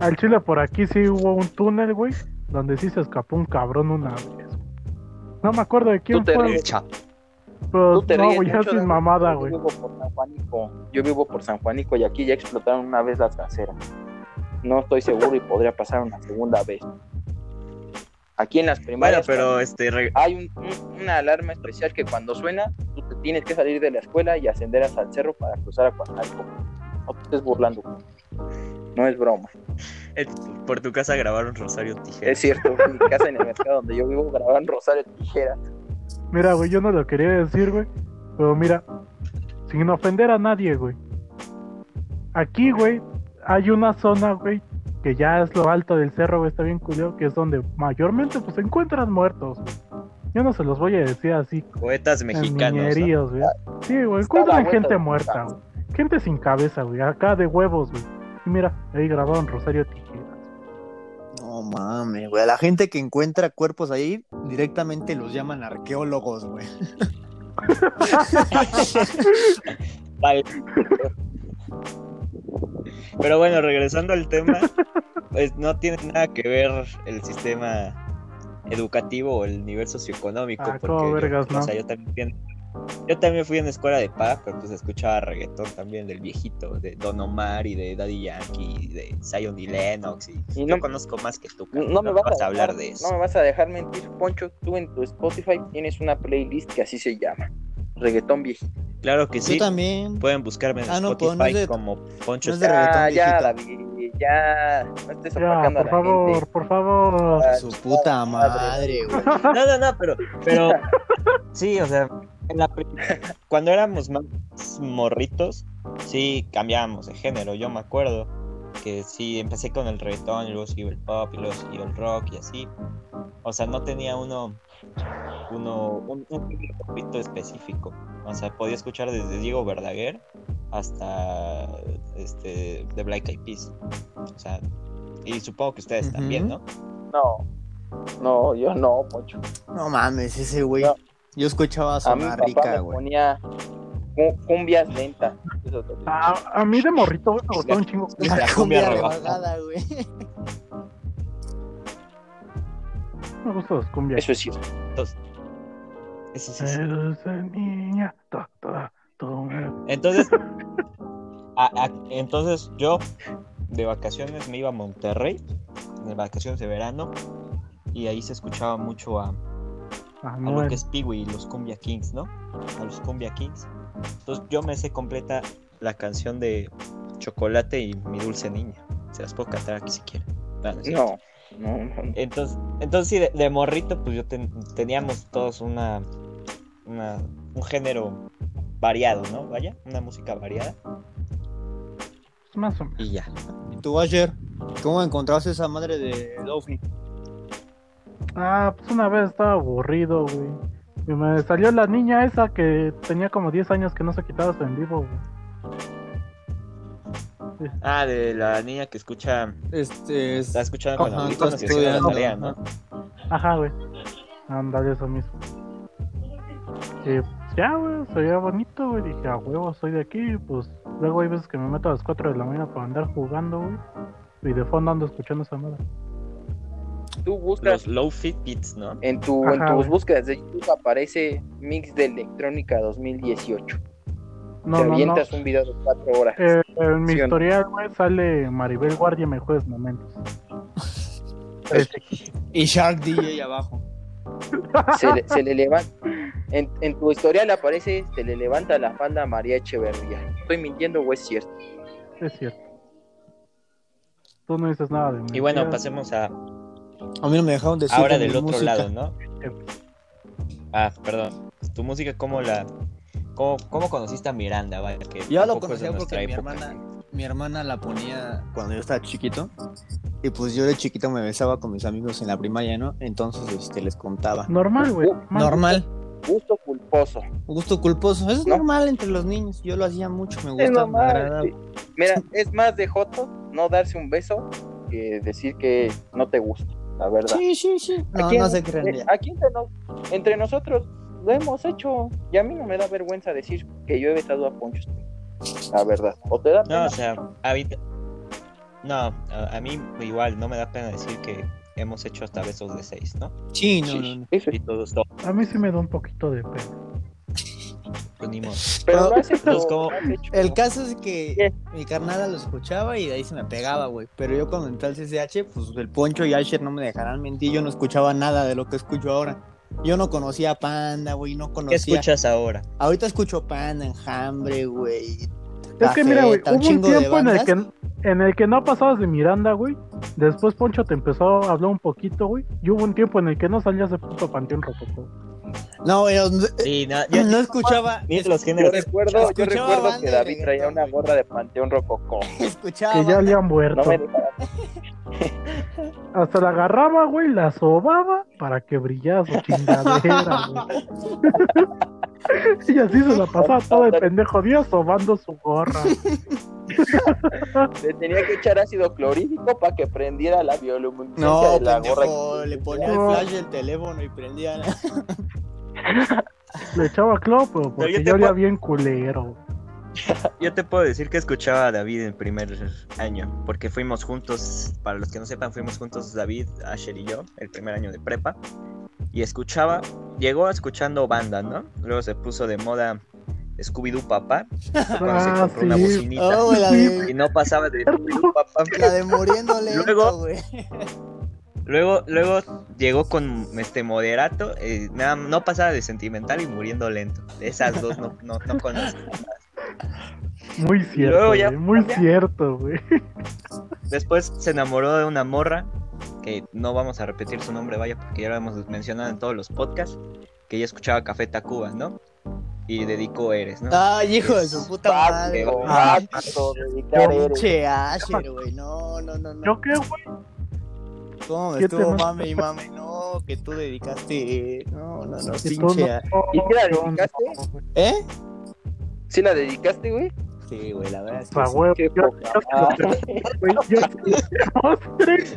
Speaker 2: Al chile por aquí sí hubo un túnel, güey, donde sí se escapó un cabrón una vez. No me acuerdo de quién
Speaker 3: Tú te
Speaker 2: fue, güey,
Speaker 3: ríes,
Speaker 1: El Chapo.
Speaker 2: pero
Speaker 3: tú te
Speaker 2: no,
Speaker 3: ríes
Speaker 2: güey, ya
Speaker 3: mucho, ¿eh?
Speaker 2: sin
Speaker 3: David,
Speaker 2: mamada,
Speaker 3: yo
Speaker 2: güey.
Speaker 3: vivo por San Juanico. Yo vivo por San Juanico y aquí ya explotaron una vez las gaceras. No estoy seguro y podría pasar una segunda vez. Aquí en las
Speaker 1: Bueno,
Speaker 3: primarias
Speaker 1: pero este. re-
Speaker 3: hay un- un- una alarma especial que cuando suena, tú te tienes que salir de la escuela y ascender hasta el cerro para cruzar a Cuajalco. No te estés burlando. No es broma.
Speaker 1: eh, por tu casa grabaron Rosario Tijera.
Speaker 3: Es cierto, en mi casa en el mercado donde yo vivo grababan Rosario Tijera.
Speaker 2: Mira, güey, yo no lo quería decir, güey, pero mira, sin ofender a nadie, güey. Aquí, güey, hay una zona, güey, que ya es lo alto del cerro, güey, está bien culero, que es donde mayormente, pues, se encuentran muertos, güey. Yo no se los voy a decir así
Speaker 1: Poetas
Speaker 2: En
Speaker 1: mexicanos. ¿no?
Speaker 2: mineríos, güey. Sí, güey.
Speaker 3: Está la
Speaker 2: Encuentran
Speaker 3: vuelta
Speaker 2: gente
Speaker 3: de
Speaker 2: muerta,
Speaker 3: casa.
Speaker 2: güey. Gente sin cabeza, güey. Acá de huevos, güey. Y mira, ahí grabaron Rosario Tijeras.
Speaker 4: No mames, güey. A la gente que encuentra cuerpos ahí directamente los llaman arqueólogos, güey.
Speaker 1: Vale. Pero bueno, regresando al tema, pues no tiene nada que ver el sistema educativo o el nivel socioeconómico.
Speaker 2: Ah,
Speaker 1: porque
Speaker 2: cómo
Speaker 1: yo,
Speaker 2: vergas,
Speaker 1: o
Speaker 2: ¿no?
Speaker 1: sea, yo también fui en- yo también fui en escuela de paga, pero pues escuchaba reggaetón también del viejito, de Don Omar y de Daddy Yankee y de Zion y Lennox. Y,
Speaker 3: Y
Speaker 1: yo
Speaker 3: no-
Speaker 1: conozco más que tú.
Speaker 3: No,
Speaker 1: cabrón,
Speaker 3: me vas,
Speaker 1: a
Speaker 3: a
Speaker 1: hablar
Speaker 3: dejar-
Speaker 1: de eso.
Speaker 3: No me vas a dejar mentir, Poncho. Tú en tu Spotify tienes una playlist que así se llama. Reggaetón viejito.
Speaker 1: Claro que sí.
Speaker 4: Yo también.
Speaker 3: Pues,
Speaker 1: Pueden buscarme en
Speaker 4: Ah, no, pues,
Speaker 1: Spotify
Speaker 4: no es de-
Speaker 1: como Poncho
Speaker 4: no es de
Speaker 1: Star.
Speaker 3: Ya,
Speaker 4: reggaetón
Speaker 3: ya,
Speaker 4: viejito.
Speaker 3: David, ya. No estés
Speaker 2: Ya,
Speaker 3: opacando a
Speaker 2: por
Speaker 3: la
Speaker 2: favor,
Speaker 3: gente.
Speaker 2: por favor.
Speaker 3: Ah,
Speaker 4: Su puta madre, güey.
Speaker 1: No, no, no, pero, pero sí, o sea, en la prim- cuando éramos más morritos, sí cambiábamos de género. Yo me acuerdo que sí empecé con el reggaetón, y luego siguió el pop, y luego siguió el rock y así. O sea, no tenía uno, uno, un, un grupito específico. O sea, podía escuchar desde Diego Verdaguer hasta este The Black Eyed Peas. O sea, y supongo que ustedes también,
Speaker 4: Ujú.
Speaker 1: ¿no?
Speaker 3: No, no, yo no, Poncho.
Speaker 4: No mames, ese güey.
Speaker 3: No.
Speaker 4: Yo escuchaba a
Speaker 3: A mi
Speaker 4: Zona
Speaker 3: papá
Speaker 4: Rica,
Speaker 3: me
Speaker 4: güey.
Speaker 3: ponía cu- cumbias lentas. Eso es lo que-
Speaker 2: A, a mí de morrito güey, me gustaba un chingo.
Speaker 1: La
Speaker 4: La
Speaker 1: cumbia
Speaker 4: cumbia
Speaker 1: rebajada.
Speaker 4: rebajada, güey.
Speaker 2: Me gustan los cumbias.
Speaker 3: Eso es cierto.
Speaker 1: Eso sí. sí.
Speaker 2: Dulce niña, ta, ta, tú me-
Speaker 1: Entonces, a- a- entonces yo de vacaciones me iba a Monterrey, de vacaciones de verano, y ahí se escuchaba mucho a,
Speaker 2: Ah,
Speaker 1: a lo
Speaker 2: no,
Speaker 1: que
Speaker 2: es-
Speaker 1: es Peewee y los Cumbia Kings, ¿no? A los Cumbia Kings. Entonces yo me sé completa la canción de Chocolate y Mi Dulce Niña. Se las puedo cantar aquí si quieren. No, no es cierto.
Speaker 3: No, no, no.
Speaker 1: Entonces, entonces sí, de, de morrito, pues yo ten- teníamos todos una, una- un género variado, ¿no? Vaya, una música variada.
Speaker 2: más o menos.
Speaker 1: Y ya.
Speaker 4: Tú, ayer, ¿cómo encontraste esa madre de Lovni?
Speaker 2: Ah, pues una vez estaba aburrido, güey. Y me salió la niña esa que tenía como 10 años que no se quitaba su en vivo, güey.
Speaker 1: Ah, de la niña que escucha.
Speaker 4: Este es.
Speaker 1: La escuchaba con
Speaker 4: Ajá,
Speaker 1: audífonos y
Speaker 4: estoy
Speaker 1: hacía la
Speaker 4: estudiando,
Speaker 1: tarea, ¿no?
Speaker 2: Ajá, güey. Ándale, eso mismo. Y pues ya, güey, se veía bonito, güey. Dije, a huevo, soy de aquí. Pues luego hay veces que me meto a las 4 de la mañana para andar jugando, güey. Y de fondo ando escuchando esa madre.
Speaker 3: Tú buscas
Speaker 1: Los low fit beats, ¿no?
Speaker 3: en, tu, en
Speaker 2: Ajá,
Speaker 3: tus
Speaker 2: güey.
Speaker 3: búsquedas de YouTube aparece Mix de Electrónica 2018.
Speaker 2: No,
Speaker 3: Te
Speaker 2: no, no.
Speaker 3: avientas un video de cuatro horas.
Speaker 2: Eh, en mi
Speaker 3: Sí, ¿o no?
Speaker 2: historial, güey, sale Maribel Guardia en mejores momentos. Este,
Speaker 4: Y Shark DJ abajo.
Speaker 3: Se, le- se le levanta. En, en tu historial aparece, se le levanta la falda a María Echeverría. ¿Estoy mintiendo o es cierto?
Speaker 2: es cierto. Tú no dices nada de mí.
Speaker 1: Y bueno, pasemos a
Speaker 4: A mí no me dejaron decir.
Speaker 1: ahora
Speaker 4: de
Speaker 1: del
Speaker 4: mi
Speaker 1: otro
Speaker 4: música.
Speaker 1: lado, ¿no? Ah, perdón. Tu música, ¿cómo la. ¿Cómo, cómo conociste a Miranda? Vaya, que
Speaker 4: Yo lo
Speaker 1: tampoco es de
Speaker 4: conocía
Speaker 1: nuestra
Speaker 4: porque mi
Speaker 1: época.
Speaker 4: hermana, mi hermana la ponía cuando yo estaba chiquito. Y pues yo de chiquito me besaba con mis amigos en la primaria, ¿no? Entonces este, les contaba.
Speaker 2: Normal,
Speaker 3: Uh,
Speaker 2: güey.
Speaker 4: Normal.
Speaker 3: Gusto culposo.
Speaker 4: Gusto culposo. Eso es
Speaker 3: ¿No?
Speaker 4: normal entre los niños. Yo lo hacía mucho. Me gusta.
Speaker 3: Es
Speaker 4: me
Speaker 3: normal.
Speaker 4: agradaba.
Speaker 3: sí. Mira, es más de Joto no darse un beso que decir que no te gusta, la verdad.
Speaker 4: Sí, sí, sí. No,
Speaker 3: Aquí
Speaker 4: no
Speaker 3: en-
Speaker 4: se crean.
Speaker 3: eh,
Speaker 4: ya.
Speaker 3: Aquí entre, nos- entre nosotros lo hemos hecho. Y a mí no me da vergüenza decir que yo he besado a Poncho. La verdad. O te da
Speaker 1: No,
Speaker 3: pena?
Speaker 1: o sea, ahorita- No, a, a mí igual no me da pena decir que hemos hecho hasta besos de seis, ¿no?
Speaker 4: Sí, no,
Speaker 3: Sí,
Speaker 4: no, no.
Speaker 3: sí, sí.
Speaker 1: Y todos todos
Speaker 2: A mí sí me da un poquito de pena.
Speaker 1: unimos.
Speaker 3: Pero lo has hecho,
Speaker 1: Pues, ¿cómo?
Speaker 3: lo has hecho.
Speaker 4: El caso es que
Speaker 3: ¿Qué?
Speaker 4: mi carnada lo escuchaba y de ahí se me pegaba, güey. Pero yo cuando entré al CCH, pues el Poncho y Asher no me dejarán mentir. Yo no escuchaba nada de lo que escucho ahora. Yo no conocía a Panda, güey. No
Speaker 1: ¿Qué
Speaker 4: conocía.
Speaker 1: escuchas ahora?
Speaker 4: Ahorita escucho Panda, Enjambre, güey.
Speaker 2: Es que mira, güey,
Speaker 4: Cafeta,
Speaker 2: hubo un
Speaker 4: chingo de
Speaker 2: tiempo en el
Speaker 4: bandas.
Speaker 2: que en el que no pasabas de Miranda, güey. Después Poncho te empezó a hablar un poquito, güey. Y hubo un tiempo en el que no salías de puto panteón rococo.
Speaker 4: No, güey, no,
Speaker 1: Sí, no, yo-
Speaker 4: yo no escuchaba.
Speaker 1: mira los
Speaker 3: Yo
Speaker 1: géneros.
Speaker 3: recuerdo, yo
Speaker 4: Escuchaba
Speaker 3: recuerdo
Speaker 4: banda
Speaker 3: que
Speaker 4: de
Speaker 3: David traía
Speaker 4: reggaetón,
Speaker 3: una
Speaker 4: güey.
Speaker 3: gorra de Panteón Rococó.
Speaker 4: Escuchaba.
Speaker 2: Que ya
Speaker 4: banda.
Speaker 2: habían muerto.
Speaker 3: No me dejarás.
Speaker 2: Hasta la agarraba, güey, la sobaba para que brillara su chingadera, güey. y así se la pasaba todo el pendejo día sobando su gorra.
Speaker 3: Le tenía que echar ácido clorhídrico para que prendiera la bioluminiscencia
Speaker 4: No,
Speaker 3: de la gorra.
Speaker 4: pendejo, le ponía el
Speaker 2: No.
Speaker 4: flash del teléfono y prendía. la-
Speaker 2: Le echaba cloro, pero
Speaker 1: yo
Speaker 2: porque
Speaker 1: te
Speaker 2: yo olía
Speaker 1: puedo-
Speaker 2: bien culero.
Speaker 1: Yo te puedo decir que escuchaba a David en primer año, porque fuimos juntos, para los que no sepan, fuimos juntos David, Asher y yo, el primer año de prepa, y escuchaba, llegó escuchando banda, ¿no? Luego se puso de moda Scooby-Doo Papá, cuando se
Speaker 2: Ah,
Speaker 1: compró una
Speaker 2: sí.
Speaker 1: bocinita,
Speaker 4: Oh, güey, la
Speaker 1: y
Speaker 4: de,
Speaker 1: no pasaba de Scooby-Doo Papá.
Speaker 4: la de muriéndole.
Speaker 1: Luego-
Speaker 4: güey.
Speaker 1: Luego, luego llegó con este moderato, eh, nada- no pasaba de sentimental y muriendo lento. De Esas dos no, no, no conozco.
Speaker 2: Muy cierto,
Speaker 1: luego ya-
Speaker 2: güey, muy cierto, güey.
Speaker 1: Después se enamoró de una morra, que no vamos a repetir su nombre, vaya, porque ya lo hemos mencionado en todos los podcasts, que ella escuchaba Café Tacuba, ¿no? Y dedicó Eres, ¿no?
Speaker 4: Ay, hijo de su puta madre.
Speaker 3: Pablo,
Speaker 4: güey.
Speaker 2: Ah,
Speaker 3: Pato, dedicar eres.
Speaker 4: Pinche Asher, güey. No, no, no, no.
Speaker 2: Yo qué, güey,
Speaker 4: ¿Cómo me
Speaker 2: ¿Qué te
Speaker 4: estuvo
Speaker 2: manda?
Speaker 4: mame y mame? No, que tú dedicaste. No, no, no.
Speaker 2: si tú no-
Speaker 4: Pinche. A-
Speaker 3: ¿Y qué
Speaker 2: yo
Speaker 3: la
Speaker 2: no,
Speaker 3: dedicaste?
Speaker 2: güey.
Speaker 4: ¿Eh?
Speaker 3: ¿Sí la dedicaste, güey?
Speaker 4: Sí, güey, la verdad es
Speaker 2: O
Speaker 4: que.
Speaker 2: sea,
Speaker 4: sí.
Speaker 2: güey,
Speaker 3: Qué
Speaker 2: yo-
Speaker 3: poca
Speaker 2: yo- güey, yo- Ostras,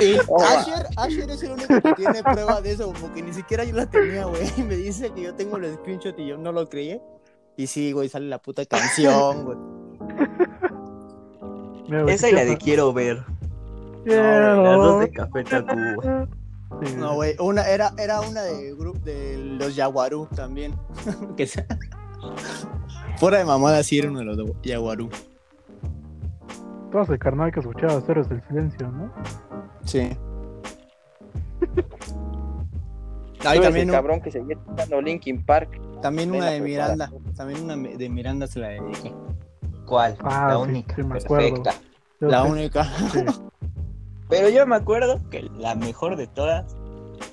Speaker 4: Y
Speaker 3: Oh,
Speaker 4: Asher, Asher es el único que tiene prueba de eso, porque ni siquiera yo la tenía, güey. Y Me dice que yo tengo el screenshot y yo no lo creí. Y sí, güey, sale la puta canción, güey.
Speaker 2: mira, güey,
Speaker 1: Esa y la de Quiero Ver.
Speaker 2: quiero.
Speaker 1: Las dos de Café Tacuba.
Speaker 2: Sí,
Speaker 4: No, güey, una, era, era una de, gru- de los Yaguarú también. que sea- Fuera de mamada, sí era uno de los de Yaguarú.
Speaker 2: Todas de carnal que escuchaba Héroes del Silencio, ¿no?
Speaker 4: Sí.
Speaker 3: Tú
Speaker 4: Ay,
Speaker 3: eres
Speaker 4: también,
Speaker 3: el
Speaker 4: un-
Speaker 3: cabrón que seguía escuchando Linkin Park.
Speaker 4: también
Speaker 3: Ven
Speaker 4: una
Speaker 3: a
Speaker 4: de
Speaker 3: preparar.
Speaker 4: Miranda. También una de Miranda se la dediqué.
Speaker 1: ¿Cuál?
Speaker 2: Ah,
Speaker 1: la
Speaker 2: sí,
Speaker 1: única.
Speaker 2: sí, me acuerdo.
Speaker 1: perfecta.
Speaker 2: Yo
Speaker 4: La
Speaker 2: sí,
Speaker 4: única.
Speaker 2: sí.
Speaker 1: Pero yo me acuerdo que la mejor de todas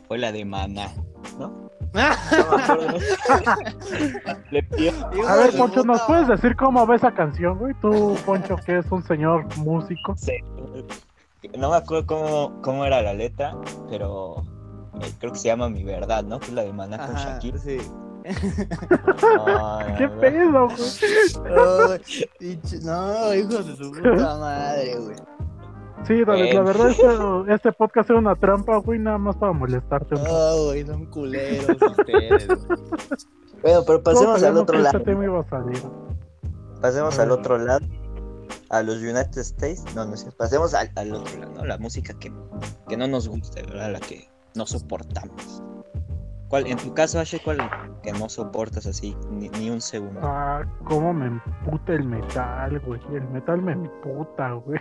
Speaker 1: fue la de Maná. No me acuerdo. Le pido
Speaker 2: A ver, Poncho, ¿nos puedes decir cómo va esa canción, güey? Tú, Poncho, que es un señor músico.
Speaker 1: No me acuerdo cómo, cómo era la letra, pero eh, creo que se llama Mi Verdad, ¿no? Que es la de Maná con
Speaker 4: Ajá,
Speaker 1: Shakira. Ah,
Speaker 4: sí.
Speaker 1: Ay,
Speaker 2: ¿Qué
Speaker 1: no.
Speaker 2: pedo, güey?
Speaker 4: No, hijos de su puta madre, güey.
Speaker 2: Sí, David, la
Speaker 1: Eh.
Speaker 2: verdad, este, este podcast era una trampa, güey, nada más para molestarte.
Speaker 1: Ah,
Speaker 2: un poco.
Speaker 4: No, güey, son culeros ustedes, güey.
Speaker 1: Bueno, pero
Speaker 2: Todos
Speaker 1: pasemos al
Speaker 2: sabíamos
Speaker 1: otro
Speaker 2: que
Speaker 1: lado.
Speaker 2: Este tema iba a salir.
Speaker 1: Pasemos
Speaker 4: Ah.
Speaker 1: al otro lado. A los United States. No, no sé. Pasemos al, al otro lado, ¿no? La música que, que no nos gusta, ¿verdad? La que no soportamos. ¿Cuál, en tu caso, Ashe, cuál que no soportas así ni, ni un segundo?
Speaker 2: Ah, cómo me emputa el metal, güey. El metal me emputa, güey.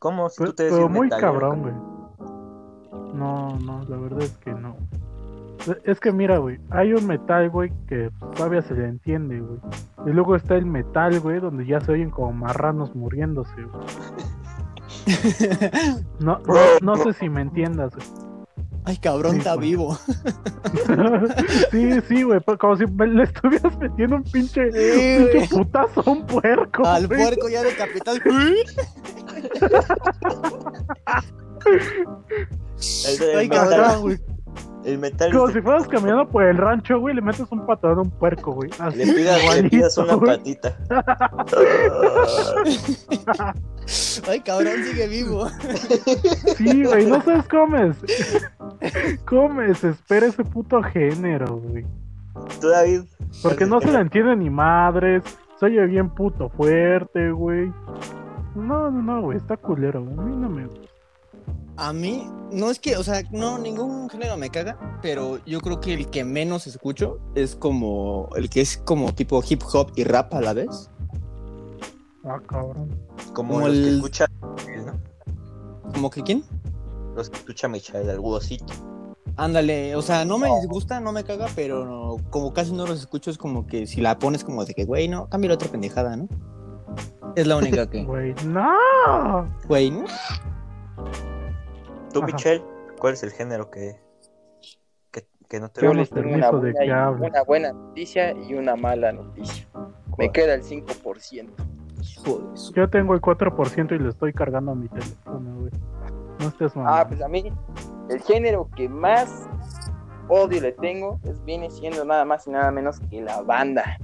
Speaker 1: ¿Cómo? Si
Speaker 2: pues, Pero,
Speaker 1: tú te ves bien
Speaker 2: muy
Speaker 1: metalero,
Speaker 2: cabrón,
Speaker 1: ¿cómo?
Speaker 2: güey. No, no, la verdad es que no. Es que mira, güey, hay un metal, güey, que todavía se le entiende, güey. Y luego está el metal, güey, donde ya se oyen como marranos muriéndose, güey. No, no, no sé si me entiendas, güey.
Speaker 4: Ay, cabrón,
Speaker 2: Sí,
Speaker 4: está
Speaker 2: güey.
Speaker 4: vivo.
Speaker 2: sí, sí, güey, pa- como si me- le estuvieras metiendo un pinche,
Speaker 4: Sí,
Speaker 2: un
Speaker 4: güey.
Speaker 2: pinche putazo a un puerco.
Speaker 4: Al
Speaker 2: güey.
Speaker 4: puerco ya decapitado.
Speaker 1: El, el
Speaker 4: Ay,
Speaker 1: metal,
Speaker 4: cabrón, güey.
Speaker 1: el metal
Speaker 2: Como
Speaker 1: es de-
Speaker 2: si fueras caminando por el rancho, güey, le metes un patadón a un puerco, güey. Así,
Speaker 1: le pidas, le
Speaker 2: igualito,
Speaker 1: pidas una
Speaker 2: güey.
Speaker 1: patita.
Speaker 4: Ay, cabrón, sigue vivo.
Speaker 2: Sí, güey, no sabes cómo es. ¿Cómo me desespera ese puto género, güey?
Speaker 1: Tú, David,
Speaker 2: Porque no se la entiende ni madres. Se oye bien puto fuerte, güey. No, no, no, güey, está culero, güey. A mí no me.
Speaker 4: A mí, no es que, o sea, no, ningún género me caga, pero yo creo que el que menos escucho es como, el que es como tipo hip hop y rap a la vez.
Speaker 2: Ah, cabrón.
Speaker 1: como,
Speaker 4: Como
Speaker 1: los que
Speaker 4: el-
Speaker 1: escucha, ¿no?
Speaker 4: Como que, ¿quién?
Speaker 1: Los que escucha Michael, el huesito.
Speaker 4: Ándale, o sea, no me disgusta, no me caga, pero no- como casi no los escucho, es como que si la pones como de que, güey, no, cambia la otra pendejada, ¿no? Es la única que,
Speaker 2: Güey, no.
Speaker 4: güey, ¿no?
Speaker 1: Tú,
Speaker 2: Ajá.
Speaker 1: Michelle, ¿cuál es el género que, que, que no te
Speaker 2: Yo
Speaker 1: gusta?
Speaker 2: Damos
Speaker 3: Yo les tengo una
Speaker 2: permiso de
Speaker 3: buena,
Speaker 2: que
Speaker 3: y-
Speaker 2: hable.
Speaker 3: una buena noticia y una mala noticia. Me queda el 5%.
Speaker 4: Hijo de su-
Speaker 2: Yo tengo el 4% y le estoy cargando a mi teléfono, güey. No estés mal.
Speaker 3: Ah, pues a mí, el género que más odio le tengo es, viene siendo nada más y nada menos que la banda.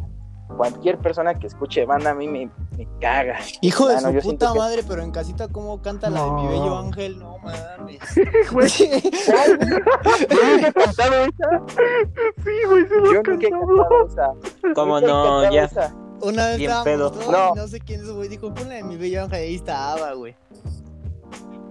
Speaker 3: Cualquier persona que escuche banda a mí me, me caga.
Speaker 4: Hijo de
Speaker 3: Ah, no,
Speaker 4: su
Speaker 3: yo siento
Speaker 4: puta
Speaker 3: que-
Speaker 4: madre, pero en casita, ¿cómo canta la de mi
Speaker 2: No.
Speaker 4: bello ángel? No mames.
Speaker 2: güey. Sí,
Speaker 3: Ay, güey, ¿Nunca he cantado esa?
Speaker 2: güey, se lo
Speaker 3: Yo nunca he cantado esa.
Speaker 1: ¿Cómo
Speaker 3: Nunca he
Speaker 1: no?
Speaker 3: cantado
Speaker 1: Ya.
Speaker 3: esa.
Speaker 4: Una vez
Speaker 1: Bien
Speaker 4: estábamos
Speaker 1: pedo.
Speaker 4: todos,
Speaker 3: No.
Speaker 4: y no sé quién es, güey, dijo, ponle de mi bello ángel, ahí estaba, güey.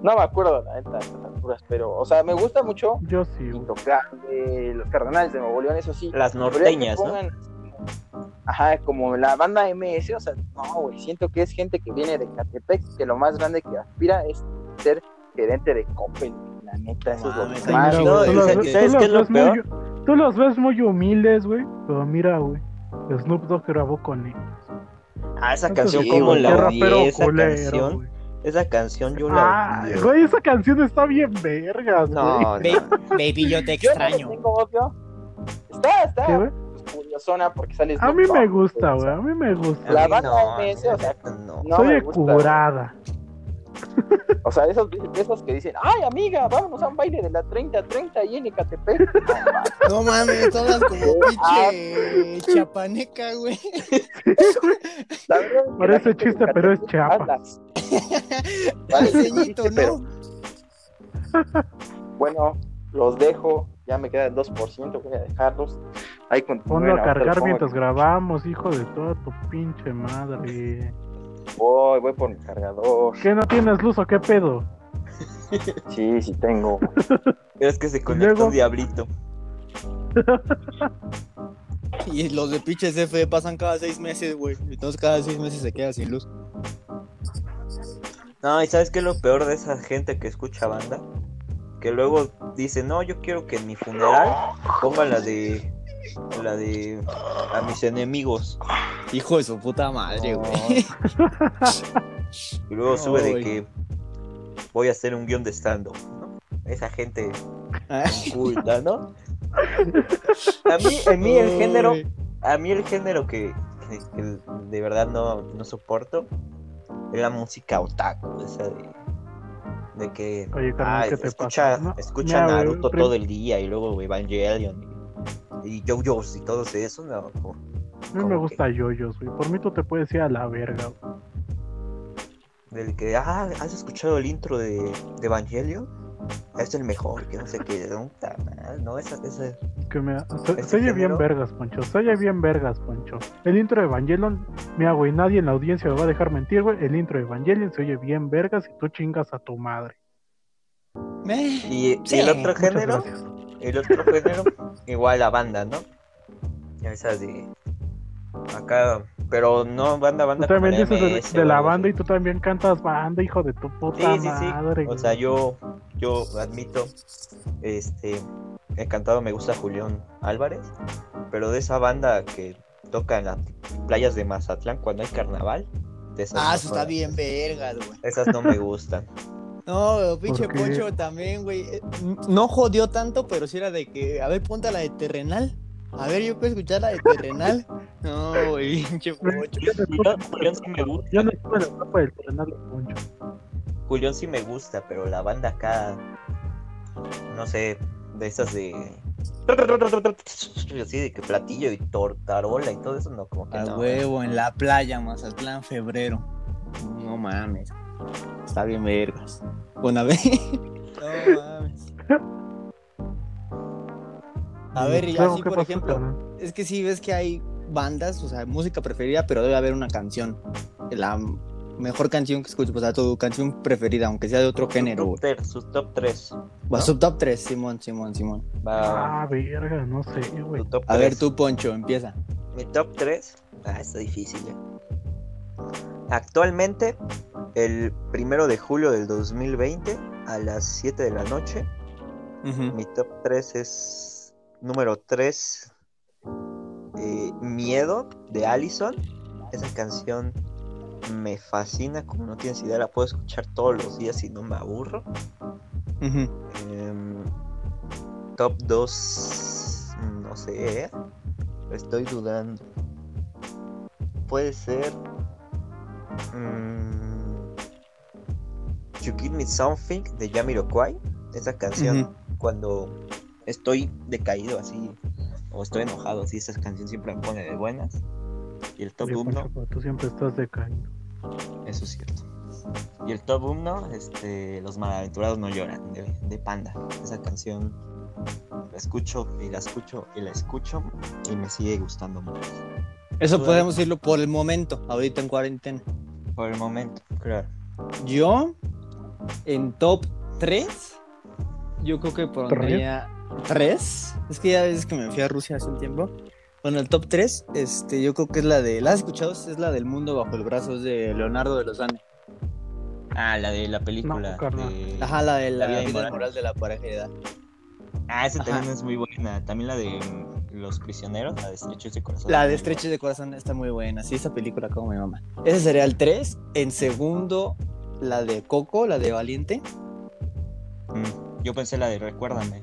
Speaker 3: No me acuerdo, la neta, a estas alturas, pero, o sea, me gusta mucho
Speaker 2: Yo sí, güey.
Speaker 3: Quinto Grande, los Cardenales de Nuevo León, eso sí.
Speaker 1: Las
Speaker 3: Pero ya que
Speaker 1: norteñas, ¿no?
Speaker 3: pongan así como- Ajá, como la banda MS, o sea, no, güey, siento que es gente que viene de Catepec, que lo más grande que aspira es ser gerente de Coppel, güey, la neta, eso
Speaker 1: Ah,
Speaker 4: Mames,
Speaker 3: es lo
Speaker 4: ahí
Speaker 3: más.
Speaker 2: Mira,
Speaker 1: no,
Speaker 2: güey,
Speaker 1: y
Speaker 2: tú los
Speaker 1: sa-
Speaker 2: ve-
Speaker 1: ¿sabes
Speaker 2: tú
Speaker 1: qué es
Speaker 2: los
Speaker 1: lo
Speaker 2: ves muy- Tú los ves muy humildes, güey. Pero mira, güey. Snoop Dogg grabó con él.
Speaker 1: Ah, esa
Speaker 2: Entonces,
Speaker 1: canción,
Speaker 3: sí,
Speaker 1: como
Speaker 3: güey,
Speaker 1: la
Speaker 2: qué rapero
Speaker 1: odié, esa
Speaker 2: culero,
Speaker 1: canción.
Speaker 2: güey.
Speaker 1: Esa canción yo la
Speaker 2: Ah,
Speaker 1: odié.
Speaker 2: güey, esa canción está bien vergas, güey.
Speaker 1: No, no.
Speaker 4: Ba- baby, yo te
Speaker 3: Yo no le
Speaker 4: extraño.
Speaker 3: tengo odio. Está, está.
Speaker 2: ¿Qué, güey?
Speaker 3: pues, curiosona porque sales
Speaker 2: A mí me gusta, güey. A mí me gusta.
Speaker 3: La
Speaker 1: A mí
Speaker 3: banda
Speaker 1: no, a
Speaker 3: MS,
Speaker 1: mí
Speaker 3: o sea,
Speaker 1: la neta no.
Speaker 3: No
Speaker 2: Soy
Speaker 3: me gusta.
Speaker 2: curada.
Speaker 3: O sea, esos, esos que dicen, ay, amiga, vámonos a un baile de la 30-30 ahí en Ecatepec.
Speaker 4: No mames, todas como
Speaker 1: Ah.
Speaker 4: pinche chapaneca, güey.
Speaker 3: La verdad es que la
Speaker 2: Parece
Speaker 3: gente de
Speaker 2: chiste, pero es
Speaker 3: Ecatepec
Speaker 2: Chiapas.
Speaker 3: habla. Parece
Speaker 4: Diseñito,
Speaker 3: chiste, pero-
Speaker 4: ¿no?
Speaker 3: Bueno, los dejo. Ya me queda el 2%. Voy a dejarlos. Ahí continúen.
Speaker 2: Ponlo a
Speaker 3: ahorita lo
Speaker 2: cargar
Speaker 3: pongo
Speaker 2: mientras
Speaker 3: aquí.
Speaker 2: grabamos, hijo de toda tu pinche madre.
Speaker 3: Voy, voy por mi cargador.
Speaker 2: ¿Qué no tienes luz o qué pedo?
Speaker 3: Sí, sí tengo.
Speaker 1: Es que se conectó
Speaker 2: luego-
Speaker 1: un diablito.
Speaker 4: Y los de pinches F E pasan cada seis meses, güey. Entonces cada seis meses se queda sin luz.
Speaker 1: No, y ¿sabes qué es lo peor de esa gente que escucha banda? Que luego dice, no, yo quiero que en mi funeral ponga la de... La de... A mis enemigos.
Speaker 4: Hijo de su puta madre,
Speaker 1: No.
Speaker 4: güey.
Speaker 1: Y luego sube de
Speaker 4: Ay.
Speaker 1: que voy a hacer un guión de stand-up, ¿no? Esa gente culta, ¿no? A mí, a mí el género,
Speaker 4: Ay.
Speaker 1: a mí el género que, que- que de verdad no, no soporto es la música otaku, esa de, de que
Speaker 2: Oye,
Speaker 1: ah,
Speaker 2: carnal, ¿qué te
Speaker 1: escucha,
Speaker 2: pasa? No,
Speaker 1: escucha
Speaker 2: mira, güey,
Speaker 1: Naruto
Speaker 2: prim-
Speaker 1: todo el día y luego Evangelion. y yo-yos y todos esos, no. como-
Speaker 2: A mí me
Speaker 1: como
Speaker 2: gusta yoyos, güey. Por mí tú te puedes ir a la verga, güey.
Speaker 1: Del que, ah, ¿has escuchado el intro de, de Evangelio? Es el mejor, que no sé qué. No, puta madre, no esa, esa-
Speaker 2: Que me... Se,
Speaker 1: ¿Ese
Speaker 2: se oye
Speaker 1: género?
Speaker 2: bien vergas, Poncho. Se oye bien vergas, Poncho. El intro de Evangelion, mira, güey, nadie en la audiencia me va a dejar mentir, güey. El intro de Evangelion se oye bien vergas y tú chingas a tu madre.
Speaker 4: Eh,
Speaker 1: Y,
Speaker 4: Sí,
Speaker 1: y el otro
Speaker 4: muchas
Speaker 2: Muchas
Speaker 1: género,
Speaker 2: gracias.
Speaker 1: el otro género, igual la banda, ¿no? Esas de. Acá, pero no banda,
Speaker 2: Tú
Speaker 1: banda.
Speaker 2: también
Speaker 1: como
Speaker 2: dices de-
Speaker 1: MS
Speaker 2: de,
Speaker 1: o
Speaker 2: la
Speaker 1: algo
Speaker 2: banda y
Speaker 1: así.
Speaker 2: tú también cantas banda, hijo de tu puta
Speaker 1: Sí, sí, sí.
Speaker 2: madre.
Speaker 1: O
Speaker 2: güey.
Speaker 1: sea, yo, yo admito, este, he cantado Me gusta Julián Álvarez, pero de esa banda que toca en las playas de Mazatlán cuando hay carnaval, de esas no
Speaker 4: Ah, eso
Speaker 1: son
Speaker 4: está
Speaker 1: las-
Speaker 4: bien vergas, güey.
Speaker 1: Esas no me gustan.
Speaker 4: No, pero pinche
Speaker 2: ¿Por qué?
Speaker 4: Poncho también, güey. eh, No jodió tanto, pero sí era de que, a ver, ponte la de Terrenal. A ver, yo puedo escuchar la de Terrenal. No, güey, pinche Poncho.
Speaker 2: Yo no
Speaker 1: Julián,
Speaker 2: estuve-
Speaker 1: Julián sí me gusta,
Speaker 2: yo no estuve en la etapa del terrenal de Poncho.
Speaker 1: Julián sí me gusta, pero la banda acá, no sé, de esas de... Así de que platillo y tortarola y todo eso, no, como que
Speaker 4: A
Speaker 1: no.
Speaker 4: huevo, en la playa, Mazatlán, febrero. No mames. Está bien vergas. Una vez. No mames. A ver, y
Speaker 2: Luego,
Speaker 4: así
Speaker 2: Mm, ¿qué
Speaker 4: por
Speaker 2: pasó,
Speaker 4: ejemplo,
Speaker 2: carnal?
Speaker 4: es que sí ves que hay bandas, o sea, música preferida, pero debe haber una canción. La mejor canción que escucho, o sea, tu canción preferida, aunque sea de otro género,
Speaker 1: Sus top
Speaker 4: güey.
Speaker 1: ter- Sus top 3.
Speaker 4: Va, Sub top 3, Simón, Simón, Simón.
Speaker 1: Va,
Speaker 2: Ah, verga, no sé, güey.
Speaker 1: su top
Speaker 4: A ver,
Speaker 1: tres.
Speaker 4: tú, Poncho, empieza.
Speaker 1: Mi top 3. Ah, está difícil. eh. Actualmente, el primero de julio del 2020, a las 7 de la noche,
Speaker 4: Ujú.
Speaker 1: mi top 3 es número 3, Miedo de Allison. Esa canción me fascina, como no tienes idea, la puedo escuchar todos los días y no me aburro.
Speaker 4: Ujú.
Speaker 1: Em, top 2. No sé. ¿eh? Estoy dudando. Puede ser. mm, you Give Me Something de Jamiroquai. Esa canción,
Speaker 4: Ujú.
Speaker 1: cuando estoy decaído así, o estoy enojado, así, esa canción siempre me pone de buenas. Y el top
Speaker 2: Oye,
Speaker 1: 1,
Speaker 2: Poncho, pero tú siempre estás decaído.
Speaker 1: eso es cierto. Y el top 1, este, Los Malaventurados No Lloran, de, de Panda. Esa canción la escucho y la escucho y la escucho y me sigue gustando mucho.
Speaker 4: Eso
Speaker 1: Tú, Dani.
Speaker 4: podemos decirlo por el momento, ahorita en cuarentena.
Speaker 1: Por el momento, claro.
Speaker 4: Yo, en top 3, yo creo que pondría 3. Es que ya ves que me fui a Rusia hace un tiempo. Bueno, el top 3, este, yo creo que es la de. ¿La has escuchado? Es la del mundo bajo el brazo, es de Leonardo de los Andes.
Speaker 1: Ah, la de la película.
Speaker 2: carnal.
Speaker 1: de-
Speaker 4: Ajá, la de la,
Speaker 1: vida
Speaker 4: vida
Speaker 1: inmoral.
Speaker 4: inmoral de la pareja.
Speaker 1: Ah, esa
Speaker 4: Ajá.
Speaker 1: también es muy buena. También la de mm, Los Prisioneros, la de Estrechos de Corazón.
Speaker 4: La de Estreches de Corazón está muy buena. Sí, esa película como mi mamá. Ese sería el 3. En segundo, la de Coco, la de Valiente.
Speaker 1: Mm, Yo pensé la de Recuérdame.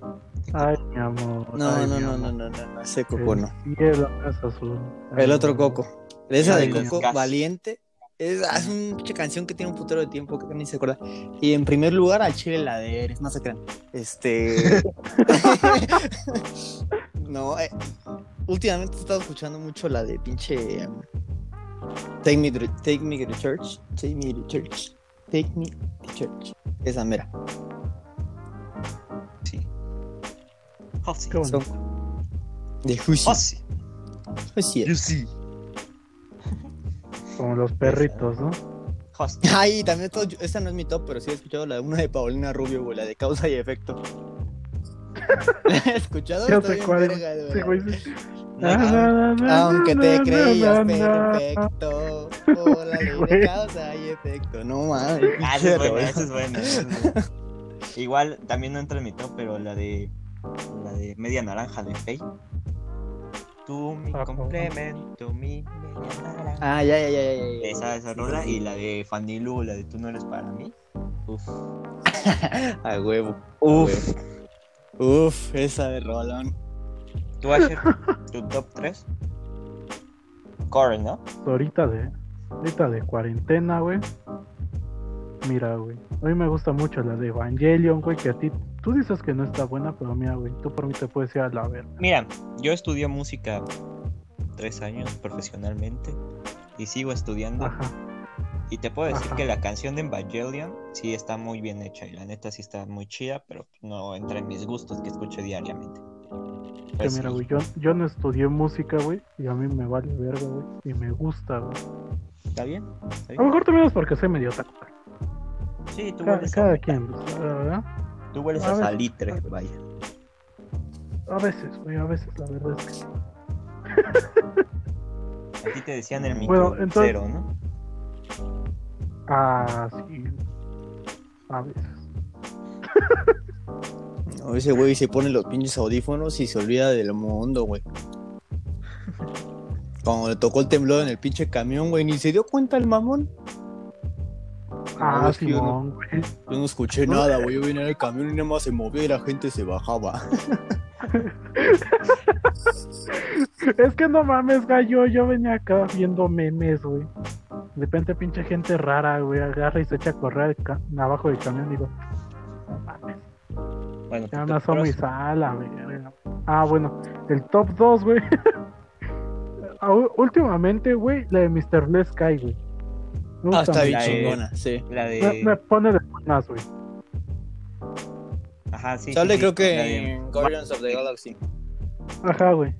Speaker 2: Ay, mi amor.
Speaker 4: No,
Speaker 2: ay,
Speaker 4: no,
Speaker 2: mi
Speaker 4: no, no,
Speaker 2: amor.
Speaker 4: no, no, no, ese Coco
Speaker 2: El
Speaker 4: no.
Speaker 2: cielo es azul.
Speaker 4: El
Speaker 2: Ah.
Speaker 4: otro Coco. Esa de
Speaker 1: Ay,
Speaker 4: Coco,
Speaker 1: Dios.
Speaker 4: Valiente. Es, ah, es una pinche canción que tiene un putero de tiempo que ni se acuerda. Y en primer lugar, al chile la de Eres, no se crean. Este. no, eh, últimamente he estado escuchando mucho la de pinche. em, Take me, to, take me to church. Take me to church. Take me to church. Esa mera.
Speaker 1: Sí. Oh, sí.
Speaker 2: Qué bonito.
Speaker 4: Son de Juicy.
Speaker 1: Oh, sí.
Speaker 4: Juicy.
Speaker 1: You see.
Speaker 2: Como los perritos, ¿no?
Speaker 1: Oh, sí.
Speaker 4: Ay, también esto, esta no es mi top, pero sí he escuchado la de una de Paulina Rubio, güey, la de causa y efecto. ¿La he escuchado?
Speaker 2: Ya
Speaker 4: Está
Speaker 2: sé
Speaker 4: bien
Speaker 2: cuál.
Speaker 4: verga, güey.
Speaker 2: Sí, güey, sí.
Speaker 1: No,
Speaker 2: Na, na, na, na,
Speaker 4: Aunque
Speaker 2: na,
Speaker 4: te
Speaker 2: na,
Speaker 4: creías
Speaker 2: na, na.
Speaker 4: perfecto, por la ley de
Speaker 2: güey.
Speaker 4: causa y efecto. No mames.
Speaker 1: Ah, esa
Speaker 4: pinche
Speaker 1: es buena,
Speaker 4: rola.
Speaker 1: esa es buena, esa es buena. Igual también no entra en mi top, pero la de la de media naranja de Fey. Tú mi
Speaker 2: Ah,
Speaker 1: complemento, mi media naranja.
Speaker 4: Ah, ya, ya, ya, ya, ya, ya.
Speaker 1: Esa esa
Speaker 4: Sí,
Speaker 1: rola
Speaker 4: sí, sí.
Speaker 1: y la de Fanny Lu, la de tú no eres para mí. Uf.
Speaker 4: A huevo.
Speaker 1: Uf.
Speaker 4: Uf, esa de Rolón.
Speaker 1: Tú Asher, tu top 3. Core, ¿no?
Speaker 2: Ahorita de, ahorita de cuarentena, güey. Mira, güey. A mí me gusta mucho la de Evangelion, güey, que a ti Tú dices que no está buena, pero mira, güey, tú por mí te puedes ir a la verga.
Speaker 1: Mira, yo estudié música tres años profesionalmente y sigo estudiando.
Speaker 2: Ajá.
Speaker 1: Y te puedo decir
Speaker 2: Ajá.
Speaker 1: que la canción de Evangelion sí está muy bien hecha y la neta sí está muy chida, pero no entra en mis gustos que escucho diariamente.
Speaker 2: Que
Speaker 1: Pues,
Speaker 2: mira,
Speaker 1: sí.
Speaker 2: güey, yo, yo no estudié música, güey, y a mí me vale verga, güey, y me gusta, güey.
Speaker 1: ¿Está bien? ¿Está
Speaker 2: A lo
Speaker 1: bien?
Speaker 2: mejor también es porque soy medio taco.
Speaker 1: Sí, tú
Speaker 2: Ah, Cada,
Speaker 1: hueles a,
Speaker 2: cada
Speaker 1: metal,
Speaker 2: quien, pues, la verdad.
Speaker 1: Tú hueles
Speaker 2: A
Speaker 1: a
Speaker 2: ver. Ah.
Speaker 1: salitre, vaya.
Speaker 2: A veces, güey, a veces, la verdad es que sí.
Speaker 1: A ti te decían el micro
Speaker 2: Bueno, entonces-
Speaker 1: cero, ¿no?
Speaker 2: Ah, sí. A veces.
Speaker 4: No, ese güey se pone los pinches audífonos y se olvida del mundo, güey. Cuando le tocó el temblor en el pinche camión, güey, ni se dio cuenta el mamón.
Speaker 2: Ah,
Speaker 4: es que yo no-
Speaker 2: Simón, güey.
Speaker 4: Yo no escuché
Speaker 2: No.
Speaker 4: nada, güey. Yo vine en el camión y nada más se movía y la gente se bajaba.
Speaker 2: Es que no mames, gallo, yo venía acá viendo memes, güey. De repente pinche gente rara, güey, agarra y se echa a correr al ca- abajo del camión, digo. "No mames,
Speaker 1: Bueno, tú-
Speaker 2: Ya me
Speaker 1: tú-
Speaker 2: asomo y
Speaker 1: pero-
Speaker 2: sala, verga. Ah, bueno, el top 2, güey. Ah, ú- Últimamente, güey, la de Mr. Les Sky, güey. Me
Speaker 4: Ah,
Speaker 2: gusta
Speaker 4: está bien
Speaker 1: La de-
Speaker 4: chingona, sí.
Speaker 1: La
Speaker 2: mucho. Me, me
Speaker 1: de...
Speaker 2: pone de buenas, güey.
Speaker 1: Ajá, sí.
Speaker 4: Sale
Speaker 1: sí, sí,
Speaker 4: creo
Speaker 1: la
Speaker 4: que
Speaker 1: de-
Speaker 4: en Guardians of the Galaxy.
Speaker 2: Ajá, güey.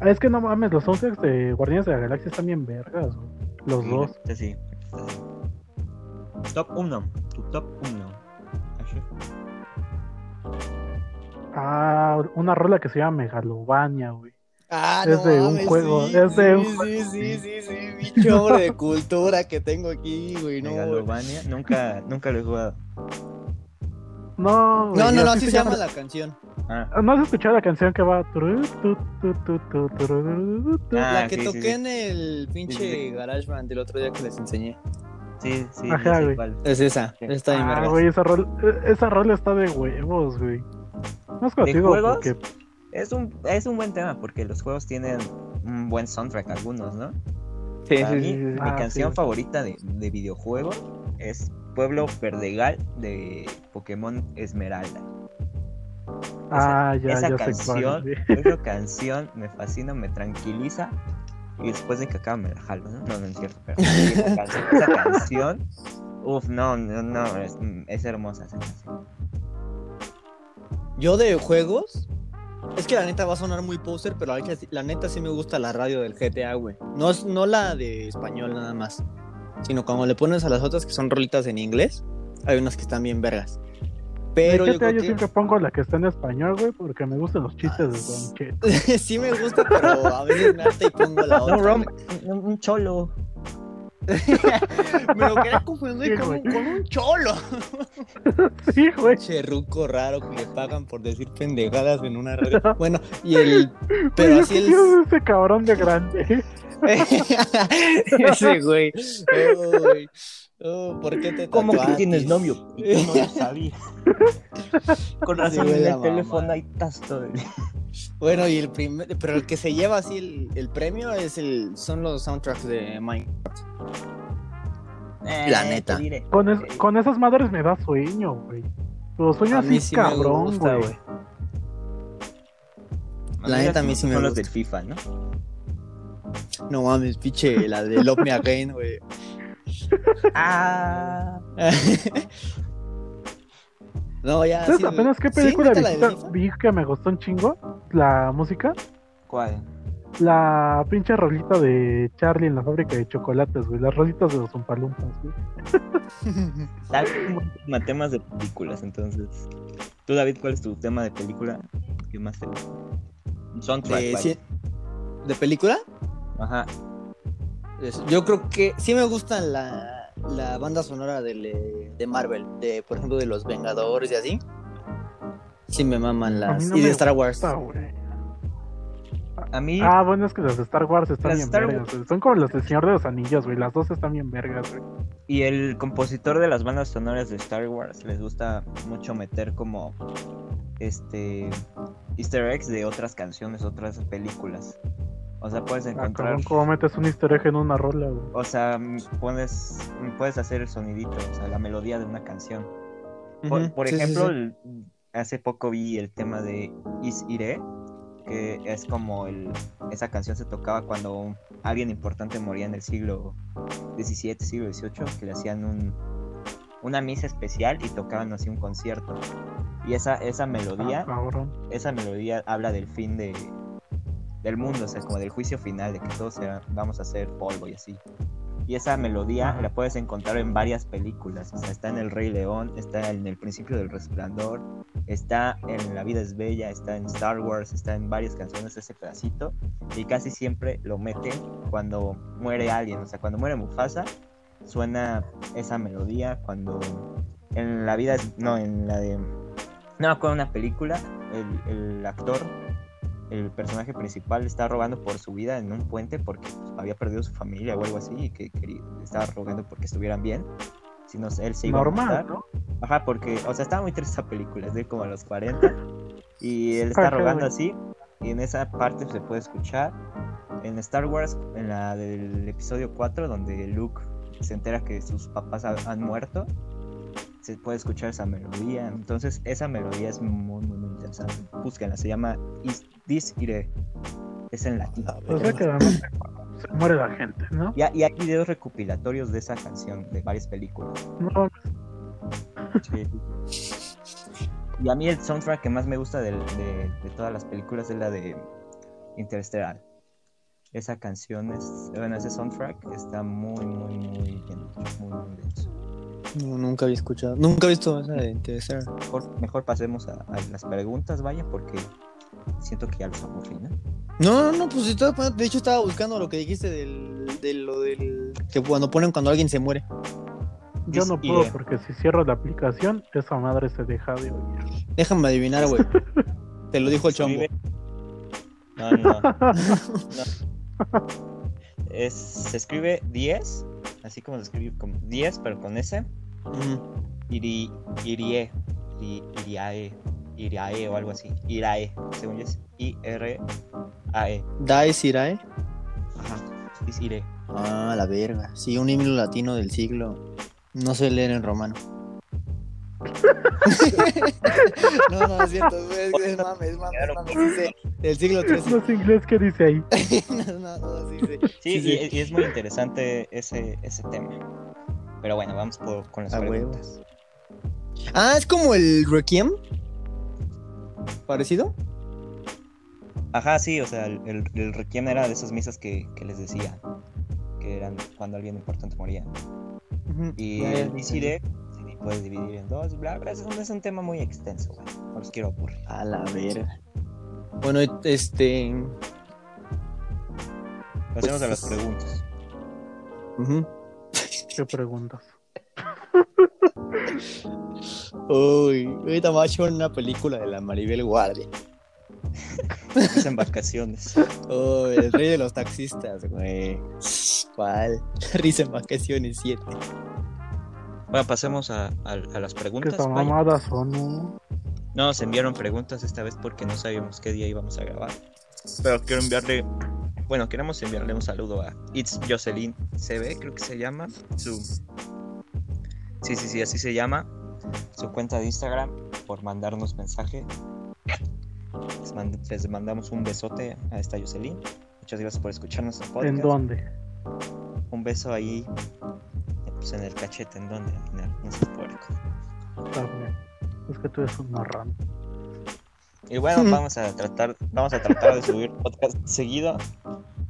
Speaker 2: Ah, Es que no mames, los soundtracks de Guardianes de la Galaxia están bien vergas, güey. Los
Speaker 1: Sí,
Speaker 2: dos.
Speaker 1: este sí, este sí. Top 1. Tu top 1.
Speaker 2: Ah, una rola que se llama Megalovania, güey.
Speaker 4: Ah,
Speaker 2: Es de un juego, es de un
Speaker 4: sí,
Speaker 2: juego.
Speaker 4: sí, sí, sí, sí, bicho hombre de cultura que tengo aquí, güey, no, pues. güey.
Speaker 1: Megalovania. Nunca, nunca lo he jugado.
Speaker 2: No, güey,
Speaker 4: No, no, no, así se
Speaker 2: llama
Speaker 4: llama la canción.
Speaker 1: Ah,
Speaker 2: Ah, ¿No has escuchado la canción que va? tru, tu, tu, tu, tu, tru, tu?
Speaker 1: Ah,
Speaker 4: la que
Speaker 1: sí, sí,
Speaker 4: toqué
Speaker 1: sí.
Speaker 4: en el
Speaker 1: Sí, sí,
Speaker 4: pinche GarageBand el otro día que les enseñé.
Speaker 1: sí, sí.
Speaker 2: Ajá,
Speaker 1: ya sé
Speaker 2: güey.
Speaker 1: cuál.
Speaker 4: Es esa,
Speaker 1: Sí.
Speaker 4: está bien,
Speaker 2: Ah,
Speaker 4: vergas.
Speaker 2: güey, esa rola, eh, esa rola está de huevos, güey. No es contigo
Speaker 1: juegos?
Speaker 2: porque
Speaker 1: Es un, es un buen tema porque los juegos tienen un buen soundtrack algunos, ¿no?
Speaker 3: Sí,
Speaker 1: Para
Speaker 3: sí,
Speaker 1: mí,
Speaker 3: sí, sí, sí.
Speaker 1: Mi
Speaker 2: Ah,
Speaker 1: canción
Speaker 2: sí.
Speaker 1: favorita de, de videojuego es Pueblo Verdegal de Pokémon Esmeralda.
Speaker 2: Ah, ya,
Speaker 1: esa
Speaker 2: ya sé
Speaker 1: canción,
Speaker 2: cuál, güey.
Speaker 1: esa canción me fascina, me tranquiliza. Y después de que acaba me la jalo, ¿no? No, no es cierto, pero esa, canción, esa canción, Uf, no, no, no, es, es hermosa esa canción.
Speaker 4: Yo de juegos. Es que la neta va a sonar muy poser, pero la neta, la neta sí me gusta la radio del GTA, güey. No, es- no la de español nada más, sino cuando le pones a las otras que son rolitas en inglés, hay unas que están bien vergas. Pero
Speaker 2: De
Speaker 4: yo
Speaker 2: GTA
Speaker 4: creo
Speaker 2: yo
Speaker 4: que-
Speaker 2: siempre pongo la que está en español, güey, porque me gustan los chistes de Don Che.
Speaker 4: sí me gusta, pero a veces me harta y pongo la otra.
Speaker 1: No, Rom,
Speaker 4: güey.
Speaker 1: un, un cholo.
Speaker 4: Me lo quería confundir
Speaker 2: Sí,
Speaker 4: con,
Speaker 2: güey.
Speaker 4: un- con un cholo.
Speaker 2: Sí, güey.
Speaker 4: Cherruco raro que le pagan por decir pendejadas en una radio. Bueno, y el. Pero
Speaker 2: Güey,
Speaker 4: así
Speaker 2: es que Pues
Speaker 4: el.
Speaker 2: yo veo ese cabrón de grande.
Speaker 4: Ese güey. Oh, güey. Oh, ¿Por qué te
Speaker 1: ¿Cómo que
Speaker 4: tatuaste?
Speaker 1: tienes novio? Y tú no lo sabías. Con razón
Speaker 4: Sí,
Speaker 1: en
Speaker 4: la
Speaker 1: el
Speaker 4: mamá.
Speaker 1: teléfono hay tasto de...
Speaker 4: Bueno, y el primer, pero el que se lleva así el, el premio es el, son los soundtracks de Minecraft. La
Speaker 1: Eh,
Speaker 4: neta.
Speaker 1: te diré.
Speaker 2: Con, es- con esas madres me da sueño, güey. Los
Speaker 4: A
Speaker 2: sueños
Speaker 4: mí
Speaker 2: sí,
Speaker 4: sí me
Speaker 2: cabrón,
Speaker 4: gusta,
Speaker 2: güey.
Speaker 4: güey. La neta a mí sí me
Speaker 1: Son los
Speaker 4: gusta.
Speaker 1: del FIFA, ¿no?
Speaker 4: No mames, piche, la de Love Me Again, güey.
Speaker 1: Ah,
Speaker 4: no, ya.
Speaker 2: ¿Sabes
Speaker 4: Ah, sí,
Speaker 2: apenas qué
Speaker 4: ¿sí,
Speaker 2: película
Speaker 4: neta, la de
Speaker 2: viste-
Speaker 4: FIFA?
Speaker 2: vi que me gustó un chingo? La música.
Speaker 1: ¿cuál?
Speaker 2: La pinche rolita de Charlie en la fábrica de chocolates, güey. Las rolitas de los umpalumpas, güey.
Speaker 1: Tal vez un tema- temas de películas, entonces. Tú, David, ¿cuál es tu tema de película que más te gusta? Un Soundtrack,
Speaker 4: de,
Speaker 1: vaya.
Speaker 4: Eh, sí- ¿De película?
Speaker 1: Ajá.
Speaker 4: Es- Yo creo que sí me gusta la, la banda sonora del, eh, de Marvel, de por ejemplo de los Vengadores y así. Sí me
Speaker 2: A
Speaker 4: maman
Speaker 2: mí
Speaker 4: las
Speaker 2: no
Speaker 4: y
Speaker 2: me
Speaker 4: de Star Wars.
Speaker 2: gusta, güey.
Speaker 1: A mí,
Speaker 2: Ah, bueno, es que las de Star Wars están
Speaker 1: Las
Speaker 2: bien
Speaker 1: Star
Speaker 2: vergas,
Speaker 1: Wars.
Speaker 2: güey. Son como las del Señor de los Anillos, güey. Las dos están bien vergas, güey.
Speaker 1: y el compositor de las bandas sonoras de Star Wars les gusta mucho meter como este Easter eggs de otras canciones, otras películas. O sea, puedes
Speaker 2: Ah,
Speaker 1: encontrar.
Speaker 2: cabrón, ¿cómo metes un easter egg en una rola, güey?
Speaker 1: mm, O sea, m- pones, m- puedes hacer el sonidito, o sea, la melodía de una canción. Por,
Speaker 4: Ujú,
Speaker 1: por
Speaker 4: sí, sí,
Speaker 1: ejemplo,
Speaker 4: sí.
Speaker 1: el- hace poco vi el tema de Is Ire, que es como el, esa canción se tocaba cuando alguien importante moría en el siglo XVII, siglo XVIII, que le hacían un, una misa especial y tocaban así un concierto. Y esa, esa melodía,
Speaker 2: Ah, cabrón.
Speaker 1: esa melodía habla del fin de, del mundo, o sea, como del juicio final, de que todos se- vamos a ser polvo y así. Y esa melodía
Speaker 2: Ajá.
Speaker 1: la puedes encontrar en varias películas. O sea, está en El Rey León, está en El Principio del Resplandor, está en La Vida es Bella, está en Star Wars, está en varias canciones ese pedacito. Y casi siempre lo meten cuando muere alguien. O sea, cuando muere Mufasa, suena esa melodía. Cuando en La Vida es. No, en la de. No, con una película, el, el actor, el personaje principal, está rogando por su vida en un puente porque pues, había perdido su familia o algo así y que quería- estaba rogando porque estuvieran bien. Si no, él se iba a matar.
Speaker 2: Normal, ¿no?
Speaker 1: Ajá, porque, o sea, estaba muy triste esa película, es de como a los 40. Y él
Speaker 2: Está
Speaker 1: está
Speaker 2: feo,
Speaker 1: rogando
Speaker 2: güey.
Speaker 1: así. Y en esa parte se puede escuchar. En Star Wars, en la del episodio 4, donde Luke se entera que sus papás ha- han muerto, se puede escuchar esa melodía. Entonces, esa melodía es muy, muy, muy interesante. Búsquenla, se llama Is This Ire. Es en latín.
Speaker 2: O sea Pues que además se- se muere la gente, ¿no?
Speaker 1: Y, ha- y hay videos recopilatorios de esa canción, de varias películas.
Speaker 2: No,
Speaker 1: Sí. Y a mí el soundtrack que más me gusta del- de, de todas las películas es la de Interstellar. Esa canción, es, bueno, ese soundtrack está muy, muy, muy bien hecho, muy, muy bien hecho.
Speaker 4: No, nunca había escuchado. Nunca he visto esa de Interstellar.
Speaker 1: Mejor, mejor pasemos a, a las preguntas, vaya, porque siento que ya los aburrí, ¿no?
Speaker 4: No, no, no, pues estaba poniendo- de hecho estaba buscando lo que dijiste del, de lo del que cuando ponen cuando alguien se muere.
Speaker 2: yo no
Speaker 1: Dice-
Speaker 2: puedo
Speaker 1: y-
Speaker 2: porque si cierro la aplicación, esa madre se deja de oír.
Speaker 4: Déjame adivinar, güey. Te lo dijo el chombo.
Speaker 1: Escribe- No, no, no. No. Es- se escribe 10, así como se escribe como 10, pero con S.
Speaker 4: Ujú.
Speaker 1: Iri, irie, iri- iriae, iriae o algo así. Irae, según yo es I-R-A-E.
Speaker 4: Dae Sirae.
Speaker 1: E. Ajá, es ire.
Speaker 4: Ah, la verga. Sí, un himno latino del siglo. No sé leer en romano. no, no, es cierto. Es, es mame, es mame, es mame, sí sé. Del siglo
Speaker 2: No
Speaker 4: XIII.
Speaker 2: sé inglés qué dice ahí.
Speaker 4: no, no, no, sí sé.
Speaker 1: Sí,
Speaker 4: Sí,
Speaker 1: y-
Speaker 4: sí.
Speaker 1: Y, es muy interesante ese, ese tema. Pero bueno, vamos por- con las
Speaker 4: A huevo.
Speaker 1: preguntas.
Speaker 4: Ah, es como el Requiem. ¿Parecido?
Speaker 1: Ajá, sí, o sea, el, el, el requiem era de esas misas que, que les decía, que eran cuando alguien importante moría.
Speaker 4: Ujú.
Speaker 1: Y
Speaker 4: Ya, ya,
Speaker 1: el
Speaker 4: ya.
Speaker 1: visire se puede dividir en dos, bla, bla. Es un, es un tema muy extenso, güey. No los quiero aburrir.
Speaker 4: A la verga. Bueno, este.
Speaker 1: Pasemos a las
Speaker 4: Pues,
Speaker 1: preguntas.
Speaker 4: ujú.
Speaker 2: ¿Qué preguntas?
Speaker 4: Uy, ahorita me ha hecho una película de la Maribel Guardia.
Speaker 1: Dicen vacaciones.
Speaker 4: Uy, Oh, el rey de los taxistas, güey. ¿Cuál? Risa en vacaciones 7.
Speaker 1: Bueno, pasemos a, a- a las
Speaker 2: ¿Qué
Speaker 1: preguntas.
Speaker 2: tan
Speaker 1: vaya.
Speaker 2: mamadas o no?
Speaker 1: No, nos enviaron preguntas esta vez porque no sabíamos qué día íbamos a grabar. Pero quiero enviarle, bueno, queremos enviarle un saludo a It's Jocelyn CB, creo que se llama. Su... Sí, sí, sí, así se llama. Su cuenta de Instagram por mandarnos mensaje. Les, mand- les mandamos un besote a esta Jocelyn. Muchas gracias por escucharnos nuestro podcast.
Speaker 2: ¿En dónde?
Speaker 1: Un beso ahí, eh, pues, en el cachete, en donde, en el, en ese puerco.
Speaker 2: Carmen? Es que tú eres un marrano.
Speaker 1: Y bueno, vamos a tratar, vamos a tratar de subir podcast seguido.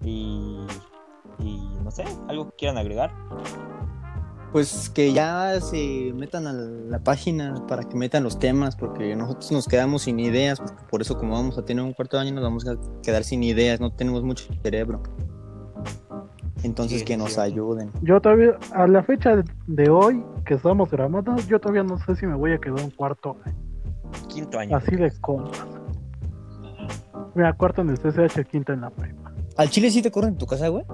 Speaker 1: Y, y no sé, algo que quieran agregar.
Speaker 4: Pues que ya se metan a la página para que metan los temas, porque nosotros nos quedamos sin ideas, porque por eso como vamos a tener un cuarto de año nos vamos a quedar sin ideas, no tenemos mucho cerebro. Entonces
Speaker 1: Sí,
Speaker 4: que
Speaker 1: es
Speaker 4: nos
Speaker 1: cierto.
Speaker 4: ayuden.
Speaker 2: Yo todavía, a la fecha de hoy que estamos grabando, yo todavía no sé si me voy a quedar un cuarto
Speaker 1: Quinto año.
Speaker 2: así de compas. Mira, cuarto en el CCH, quinto en la prepa.
Speaker 4: ¿Al chile sí te corren en tu casa, güey?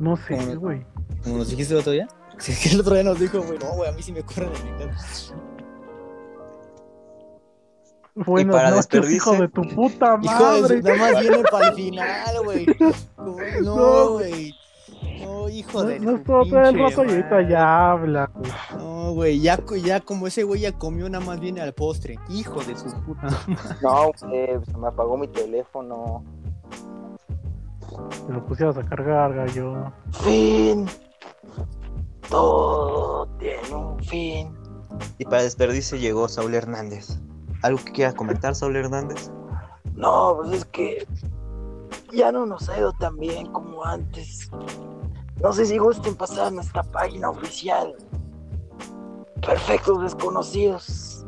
Speaker 2: No sé,
Speaker 4: Bueno.
Speaker 2: güey.
Speaker 4: Como nos dijiste el otro día. Sí, que el otro día nos dijo, güey, no, güey, a mí sí me corren de mi casa.
Speaker 2: Buenas
Speaker 1: para
Speaker 2: noches,
Speaker 1: desperdicio.
Speaker 2: hijo de tu puta
Speaker 4: Hijo de
Speaker 2: madre.
Speaker 4: su- nada más viene para el final, güey. Como,
Speaker 2: No,
Speaker 4: No, güey. No, hijo
Speaker 2: No,
Speaker 4: de.
Speaker 2: no
Speaker 4: su
Speaker 2: estuvo todo el
Speaker 4: pinche
Speaker 2: rato y ahorita
Speaker 4: madre.
Speaker 2: ya habla, güey.
Speaker 4: No, güey, ya, co- ya como ese güey ya comió, nada más viene al postre. Hijo de su puta.
Speaker 3: No, eh, se me apagó mi teléfono.
Speaker 2: Te lo pusieras a cargar, gallo.
Speaker 3: Fin. Todo tiene un fin.
Speaker 1: Y para desperdicio llegó Saúl Hernández. ¿Algo que quiera comentar, Saúl Hernández?
Speaker 3: No, pues es que ya no nos ha ido tan bien como antes. No sé si gusten pasar a nuestra página oficial. Perfectos desconocidos.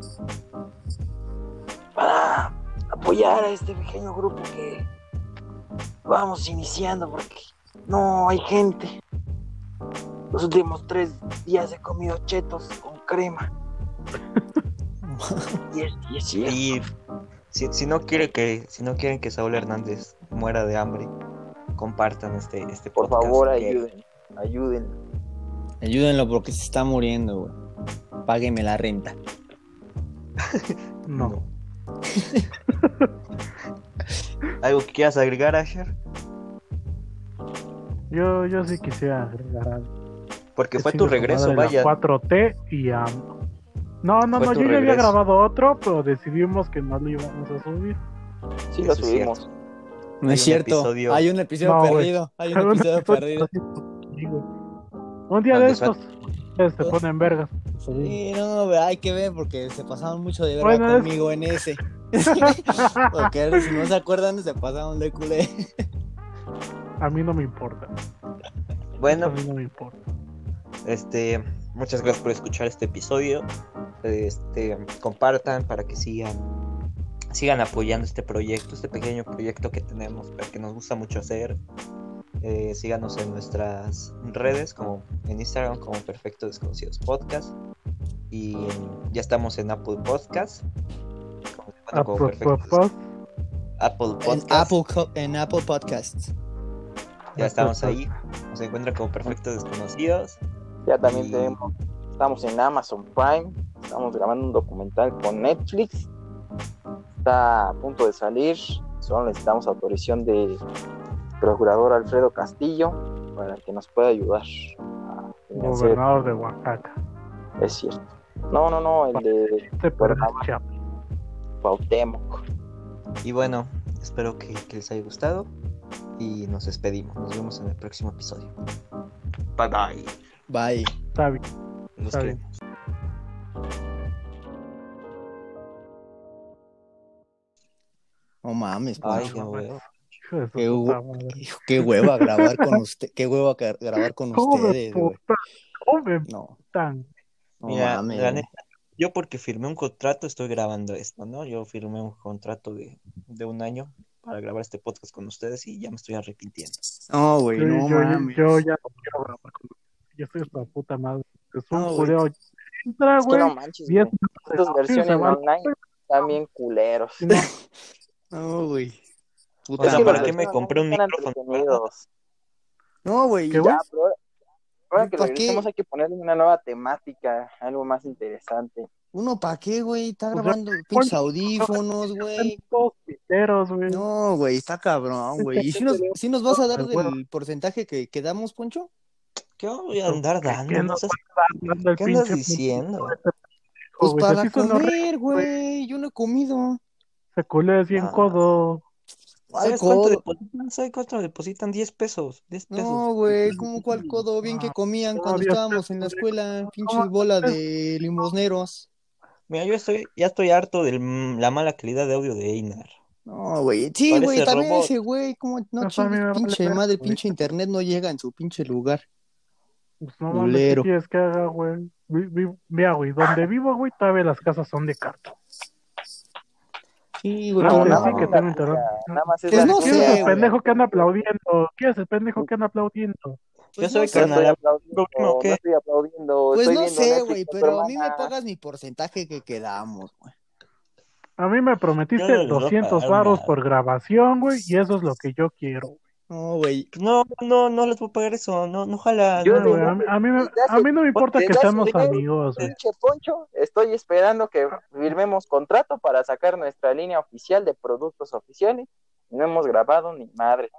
Speaker 3: Para apoyar a este pequeño grupo que vamos iniciando porque no hay gente. Los últimos tres días he comido chetos con crema. y es, y es cierto.
Speaker 1: Y si, si no quiere que, si no quieren que Saúl Hernández muera de hambre, compartan este, este
Speaker 3: Por
Speaker 1: podcast.
Speaker 3: favor,
Speaker 1: que-
Speaker 3: ayuden. Ayuden.
Speaker 4: Ayúdenlo porque se está muriendo, güey. Páguenme la renta.
Speaker 2: No.
Speaker 1: ¿Algo que quieras agregar, Asher?
Speaker 2: Yo, yo sí quisiera agregar algo.
Speaker 1: Porque fue
Speaker 2: Chinga
Speaker 1: tu
Speaker 2: su
Speaker 1: regreso,
Speaker 2: madre,
Speaker 1: vaya.
Speaker 2: la 4T y AMLO. No, no,
Speaker 1: Fue
Speaker 2: no,
Speaker 1: tu
Speaker 2: yo ya había
Speaker 1: regreso.
Speaker 2: grabado otro, pero decidimos que no lo íbamos a subir.
Speaker 3: Sí,
Speaker 1: Eso
Speaker 3: lo
Speaker 1: es
Speaker 3: subimos.
Speaker 4: No
Speaker 1: Hay
Speaker 4: es
Speaker 1: un
Speaker 4: cierto.
Speaker 1: episodio-
Speaker 4: Hay un episodio
Speaker 2: No, güey.
Speaker 4: perdido. Hay un episodio perdido.
Speaker 2: Un día
Speaker 1: Donde
Speaker 2: de estos ustedes se ponen vergas.
Speaker 4: Sí, no, güey, hay que ver porque se pasaron mucho de verga
Speaker 2: Bueno, es-
Speaker 4: conmigo en ese. Porque si no se acuerdan, se pasaron de culé.
Speaker 2: A mí no me importa. A
Speaker 1: Bueno,
Speaker 2: mí no me importa.
Speaker 1: este, muchas gracias por escuchar este episodio. Este, compartan para que sigan sigan apoyando este proyecto, este pequeño proyecto que tenemos, pero que nos gusta mucho hacer. Eh, síganos en nuestras redes, como en Instagram, como Perfecto Desconocidos Podcast. Y en- ya estamos en Apple Podcast. como- bueno,
Speaker 2: A
Speaker 1: como Perfectos-
Speaker 2: propósito,
Speaker 1: Apple
Speaker 4: En
Speaker 1: Podcast.
Speaker 4: Apple, Co- en Apple Podcasts.
Speaker 1: Ya estamos ahí. Nos encuentran como Perfectos Desconocidos.
Speaker 3: Ya también
Speaker 1: Y-
Speaker 3: tenemos, estamos en Amazon Prime, estamos grabando un documental con Netflix, está a punto de salir, solo necesitamos autorización del procurador Alfredo Castillo para que nos pueda ayudar. a financiar.
Speaker 2: gobernador de Oaxaca.
Speaker 3: Es cierto. No, no, no, el de
Speaker 2: Este
Speaker 3: Oaxaca.
Speaker 2: pendejo Chiapas.
Speaker 3: Cuauhtémoc.
Speaker 1: Y bueno, espero que, que les haya gustado. Y nos despedimos. Nos vemos en el próximo episodio. Bye bye.
Speaker 4: Bye.
Speaker 2: Está bien.
Speaker 1: Los
Speaker 2: Está bien.
Speaker 1: queremos.
Speaker 4: No mames,
Speaker 1: Ay,
Speaker 4: Poncho.
Speaker 1: qué bueno.
Speaker 2: Hijo de su
Speaker 4: Qué
Speaker 2: puta
Speaker 4: hu-
Speaker 2: madre.
Speaker 4: Hijo, Qué hueva grabar con usted, qué hueva gra- grabar con
Speaker 2: ¿Cómo me
Speaker 4: ustedes, güey.
Speaker 2: puta? ¿Cómo me
Speaker 4: No,
Speaker 2: putan?
Speaker 4: no
Speaker 1: Mira,
Speaker 4: mames.
Speaker 1: la
Speaker 4: güey.
Speaker 1: neta, yo porque firmé un contrato estoy grabando esto, ¿no? Yo firmé un contrato de, de un año para grabar este podcast con ustedes y ya me estoy arrepintiendo.
Speaker 4: No, güey,
Speaker 2: Yo,
Speaker 4: no
Speaker 2: yo-
Speaker 4: mames.
Speaker 2: yo ya no quiero grabar con Yo estoy hasta la puta madre. Es un
Speaker 4: No, güey.
Speaker 2: culeo. Entra,
Speaker 3: Es que
Speaker 2: güey.
Speaker 3: no manches,
Speaker 2: diez
Speaker 3: güey, estas
Speaker 2: minutos de-
Speaker 3: versiones
Speaker 2: se van.
Speaker 3: online están bien culeros.
Speaker 2: Si no,
Speaker 4: No, güey.
Speaker 1: O
Speaker 4: Puta
Speaker 1: sea,
Speaker 3: Es que
Speaker 1: ¿para
Speaker 3: los
Speaker 1: qué
Speaker 4: madre.
Speaker 1: me
Speaker 3: versiones
Speaker 1: compré un
Speaker 3: están
Speaker 1: micrófono? ¿Pues?
Speaker 3: entretenidos.
Speaker 4: No, güey.
Speaker 2: Qué
Speaker 4: ya-
Speaker 2: bueno.
Speaker 3: Ya, pero ahora- ahora que
Speaker 4: ¿Para qué?
Speaker 3: regresemos hay que ponerle una nueva temática, algo más interesante.
Speaker 4: Uno pa' qué, güey. Está
Speaker 2: Pues ya,
Speaker 4: grabando pinches audífonos, güey.
Speaker 2: están todos piteros, güey.
Speaker 4: No, güey, está cabrón, güey. ¿Y si nos, si nos vas a dar
Speaker 2: Pues bueno.
Speaker 4: del porcentaje que, que damos, Poncho?
Speaker 1: ¿Qué voy a andar dando?
Speaker 2: ¿Qué
Speaker 1: No
Speaker 2: nos
Speaker 1: seas-
Speaker 2: Dando el
Speaker 1: ¿Qué andas
Speaker 2: pinche
Speaker 1: diciendo?
Speaker 2: pendejo,
Speaker 4: Pues
Speaker 2: güey.
Speaker 4: para
Speaker 2: Se hizo unos
Speaker 4: comer, güey. Yo no he comido.
Speaker 2: Se culea 100
Speaker 1: Ah.
Speaker 2: codos.
Speaker 1: ¿Sabes cuánto
Speaker 4: codo?
Speaker 1: depositan? ¿Sabes cuánto depositan? 10 pesos. 10 pesos.
Speaker 4: No, güey, ¿cómo cuál codo? Bien
Speaker 3: Ah,
Speaker 4: que comían cuando
Speaker 2: Todavía
Speaker 4: estábamos en la escuela, pinches bola de limosneros.
Speaker 1: Mira, yo estoy, ya estoy harto de la mala calidad de audio de Einar.
Speaker 4: No, güey. Sí,
Speaker 1: Parece
Speaker 4: güey, también
Speaker 1: robot.
Speaker 4: ese güey, ¿cómo no
Speaker 2: Pues a mí
Speaker 4: chingues,
Speaker 2: me vale
Speaker 4: pinche
Speaker 2: verga,
Speaker 4: madre,
Speaker 2: güey.
Speaker 4: pinche internet no llega en su pinche lugar.
Speaker 2: Pues no mames, ¿qué
Speaker 4: Culero.
Speaker 2: quieres que haga, güey? Vi- vi- Mira, güey, donde vivo, güey, todavía las casas son de cartón.
Speaker 4: Sí, güey,
Speaker 2: Ah,
Speaker 4: pero
Speaker 2: no,
Speaker 4: no.
Speaker 2: sí que tengo internet.
Speaker 3: Nada más es
Speaker 4: Pues
Speaker 3: la
Speaker 4: no
Speaker 2: ¿Quién
Speaker 3: cosa-
Speaker 4: sé,
Speaker 2: es
Speaker 4: güey.
Speaker 2: el pendejo que anda aplaudiendo? ¿Quién es el pendejo que anda aplaudiendo?
Speaker 1: Yo
Speaker 4: Pues
Speaker 1: soy
Speaker 4: no
Speaker 3: No
Speaker 4: sé,
Speaker 1: carnal.
Speaker 3: estoy aplaudiendo,
Speaker 1: ¿Problema o qué?
Speaker 3: no estoy aplaudiendo.
Speaker 4: Pues
Speaker 3: estoy
Speaker 4: no
Speaker 3: viendo
Speaker 4: sé,
Speaker 3: Netflix
Speaker 4: güey,
Speaker 3: con tu
Speaker 4: pero a mí me
Speaker 3: hermana.
Speaker 4: pagas mi porcentaje que quedamos, güey.
Speaker 2: A mí
Speaker 1: Yo
Speaker 2: me
Speaker 1: no
Speaker 2: prometiste
Speaker 1: les voy a
Speaker 2: 200
Speaker 1: pagar
Speaker 2: varos
Speaker 1: nada.
Speaker 2: por grabación, güey, y eso es lo que yo quiero.
Speaker 4: No, güey.
Speaker 1: No, no, no les voy a pagar eso. No, no, ojalá.
Speaker 3: Yo
Speaker 2: No,
Speaker 1: no.
Speaker 2: güey, a, mí- a mí me- a mí no me importa que seamos amigos, güey.
Speaker 3: Pinche Poncho, estoy esperando que firmemos contrato para sacar nuestra línea oficial de productos oficiales. No hemos grabado ni madre.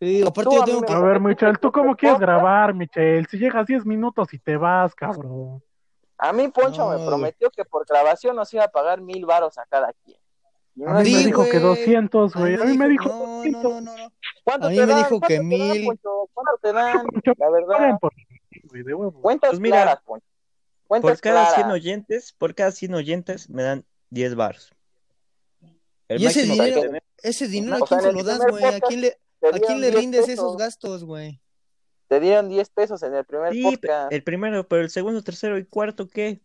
Speaker 4: Sí, Sí, aparte
Speaker 3: Tú,
Speaker 4: yo
Speaker 3: a mí
Speaker 4: tengo
Speaker 3: me-
Speaker 4: que...
Speaker 2: A ver, Michelle, ¿tú cómo quieres grabar, Michelle? Si llegas 10 minutos y te vas, cabrón.
Speaker 3: A mí Poncho
Speaker 4: No,
Speaker 3: me
Speaker 4: güey.
Speaker 3: prometió que por grabación nos iba a pagar mil varos a cada quien. Y no
Speaker 2: A mí
Speaker 3: es-
Speaker 2: me
Speaker 4: Sí,
Speaker 2: dijo que
Speaker 4: güey.
Speaker 2: 200, güey. A mí me dijo
Speaker 4: No, no,
Speaker 2: 200.
Speaker 4: no, no, no.
Speaker 3: ¿Cuánto
Speaker 4: a mí
Speaker 3: te
Speaker 4: me
Speaker 3: dan?
Speaker 4: dijo
Speaker 3: ¿Cuánto
Speaker 4: que
Speaker 3: te dan,
Speaker 4: mil.
Speaker 3: Poncho? ¿Cuánto te dan?
Speaker 2: Poncho,
Speaker 3: La verdad,
Speaker 2: Paguen por mí, güey, de huevo.
Speaker 3: cuentas
Speaker 1: Pues mira,
Speaker 3: claras, Poncho. Cuentas
Speaker 1: Por cada 100
Speaker 3: claras.
Speaker 1: oyentes, por cada 100 oyentes me dan 10 bars. El
Speaker 4: ¿Y ese
Speaker 1: máximo que
Speaker 3: dinero?
Speaker 1: tenemos-
Speaker 4: Ese dinero,
Speaker 3: No,
Speaker 4: ¿a
Speaker 3: o sea,
Speaker 4: quién se
Speaker 3: en
Speaker 4: lo
Speaker 3: el
Speaker 4: das,
Speaker 3: primer
Speaker 4: güey? ¿A
Speaker 3: podcast
Speaker 4: quién le,
Speaker 3: Te
Speaker 4: a quién
Speaker 3: dieron
Speaker 4: le
Speaker 3: 10
Speaker 4: rindes
Speaker 3: pesos.
Speaker 4: esos gastos, güey?
Speaker 3: Te dieron 10 pesos en el primer
Speaker 1: Sí, pe-
Speaker 3: podcast.
Speaker 1: el primero, pero el segundo, tercero y cuarto, ¿qué?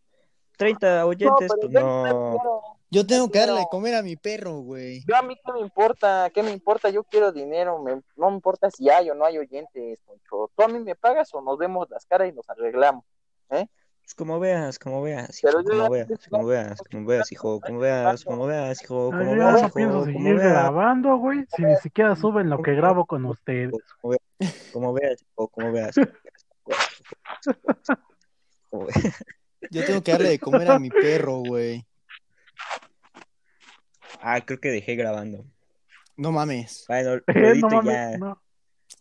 Speaker 1: 30 oyentes,
Speaker 3: pero
Speaker 1: pues
Speaker 3: yo-
Speaker 1: no.
Speaker 4: Yo tengo que darle de
Speaker 3: Dinero.
Speaker 4: comer a mi perro, güey.
Speaker 3: Yo a mí qué me importa, qué me importa, yo quiero dinero, me- no me importa si hay o no hay oyentes, Poncho. Tú a mí me pagas o nos vemos las caras y nos arreglamos.
Speaker 1: Pues como veas, como veas, hijo,
Speaker 3: Pero yo
Speaker 1: como
Speaker 3: ya-
Speaker 1: veas, como veas, como veas, hijo, como veas, como veas, hijo,
Speaker 2: No,
Speaker 1: como
Speaker 2: yo ya
Speaker 1: veas,
Speaker 2: no
Speaker 1: hijo,
Speaker 2: pienso
Speaker 1: como
Speaker 2: seguir
Speaker 1: veas,
Speaker 2: grabando, güey, si ni siquiera suben lo que grabo con ustedes.
Speaker 1: como veas, como veas, hijo, como veas, como veas, como veas, como veas.
Speaker 4: Yo tengo que darle de comer a mi perro, güey.
Speaker 1: Ah, creo que dejé grabando.
Speaker 4: No mames.
Speaker 1: Bueno, lo
Speaker 2: Eh, no
Speaker 1: edito y Pues, ya.
Speaker 2: mames, no.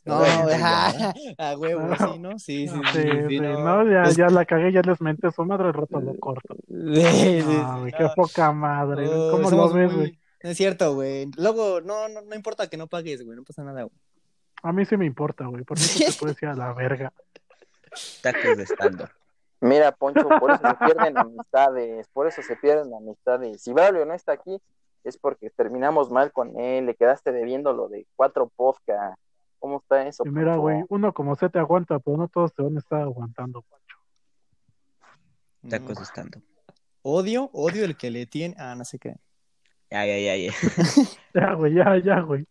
Speaker 4: No,
Speaker 1: Bueno,
Speaker 4: güey.
Speaker 1: ya.
Speaker 4: A huevo, sí, ¿no? Sí, sí, sí.
Speaker 2: Sí,
Speaker 4: sí,
Speaker 2: sí,
Speaker 4: no.
Speaker 2: no, ya,
Speaker 4: Es-
Speaker 2: ya la cagué, ya les menté su madre, el rato lo corto.
Speaker 4: Sí, sí, sí,
Speaker 2: Ah, güey, qué
Speaker 4: no.
Speaker 2: poca madre.
Speaker 4: Oh,
Speaker 2: ¿Cómo lo
Speaker 4: somos
Speaker 2: ves,
Speaker 4: muy-
Speaker 2: güey?
Speaker 4: No es cierto, güey. Luego, no, no, no importa que no pagues, güey. No pasa nada, güey.
Speaker 2: A mí sí me importa, güey, por eso te puedes ir a la verga.
Speaker 1: Tacos de stand
Speaker 3: Mira, Poncho, por eso se pierden amistades, por eso se pierden amistades. Si Braulio no está aquí, es porque terminamos mal con él, le quedaste debiendo lo de cuatro podcasts. ¿Cómo está eso?
Speaker 2: Y mira,
Speaker 3: Poncho?
Speaker 2: güey, uno como se te aguanta, pero no todos te van a estar aguantando, Pancho.
Speaker 1: tacos
Speaker 4: No.
Speaker 1: de stand
Speaker 4: Odio, odio el que le tiene. Ah, no sé qué.
Speaker 1: Ay, ay, ay.
Speaker 2: Ya, güey, ya, ya, güey.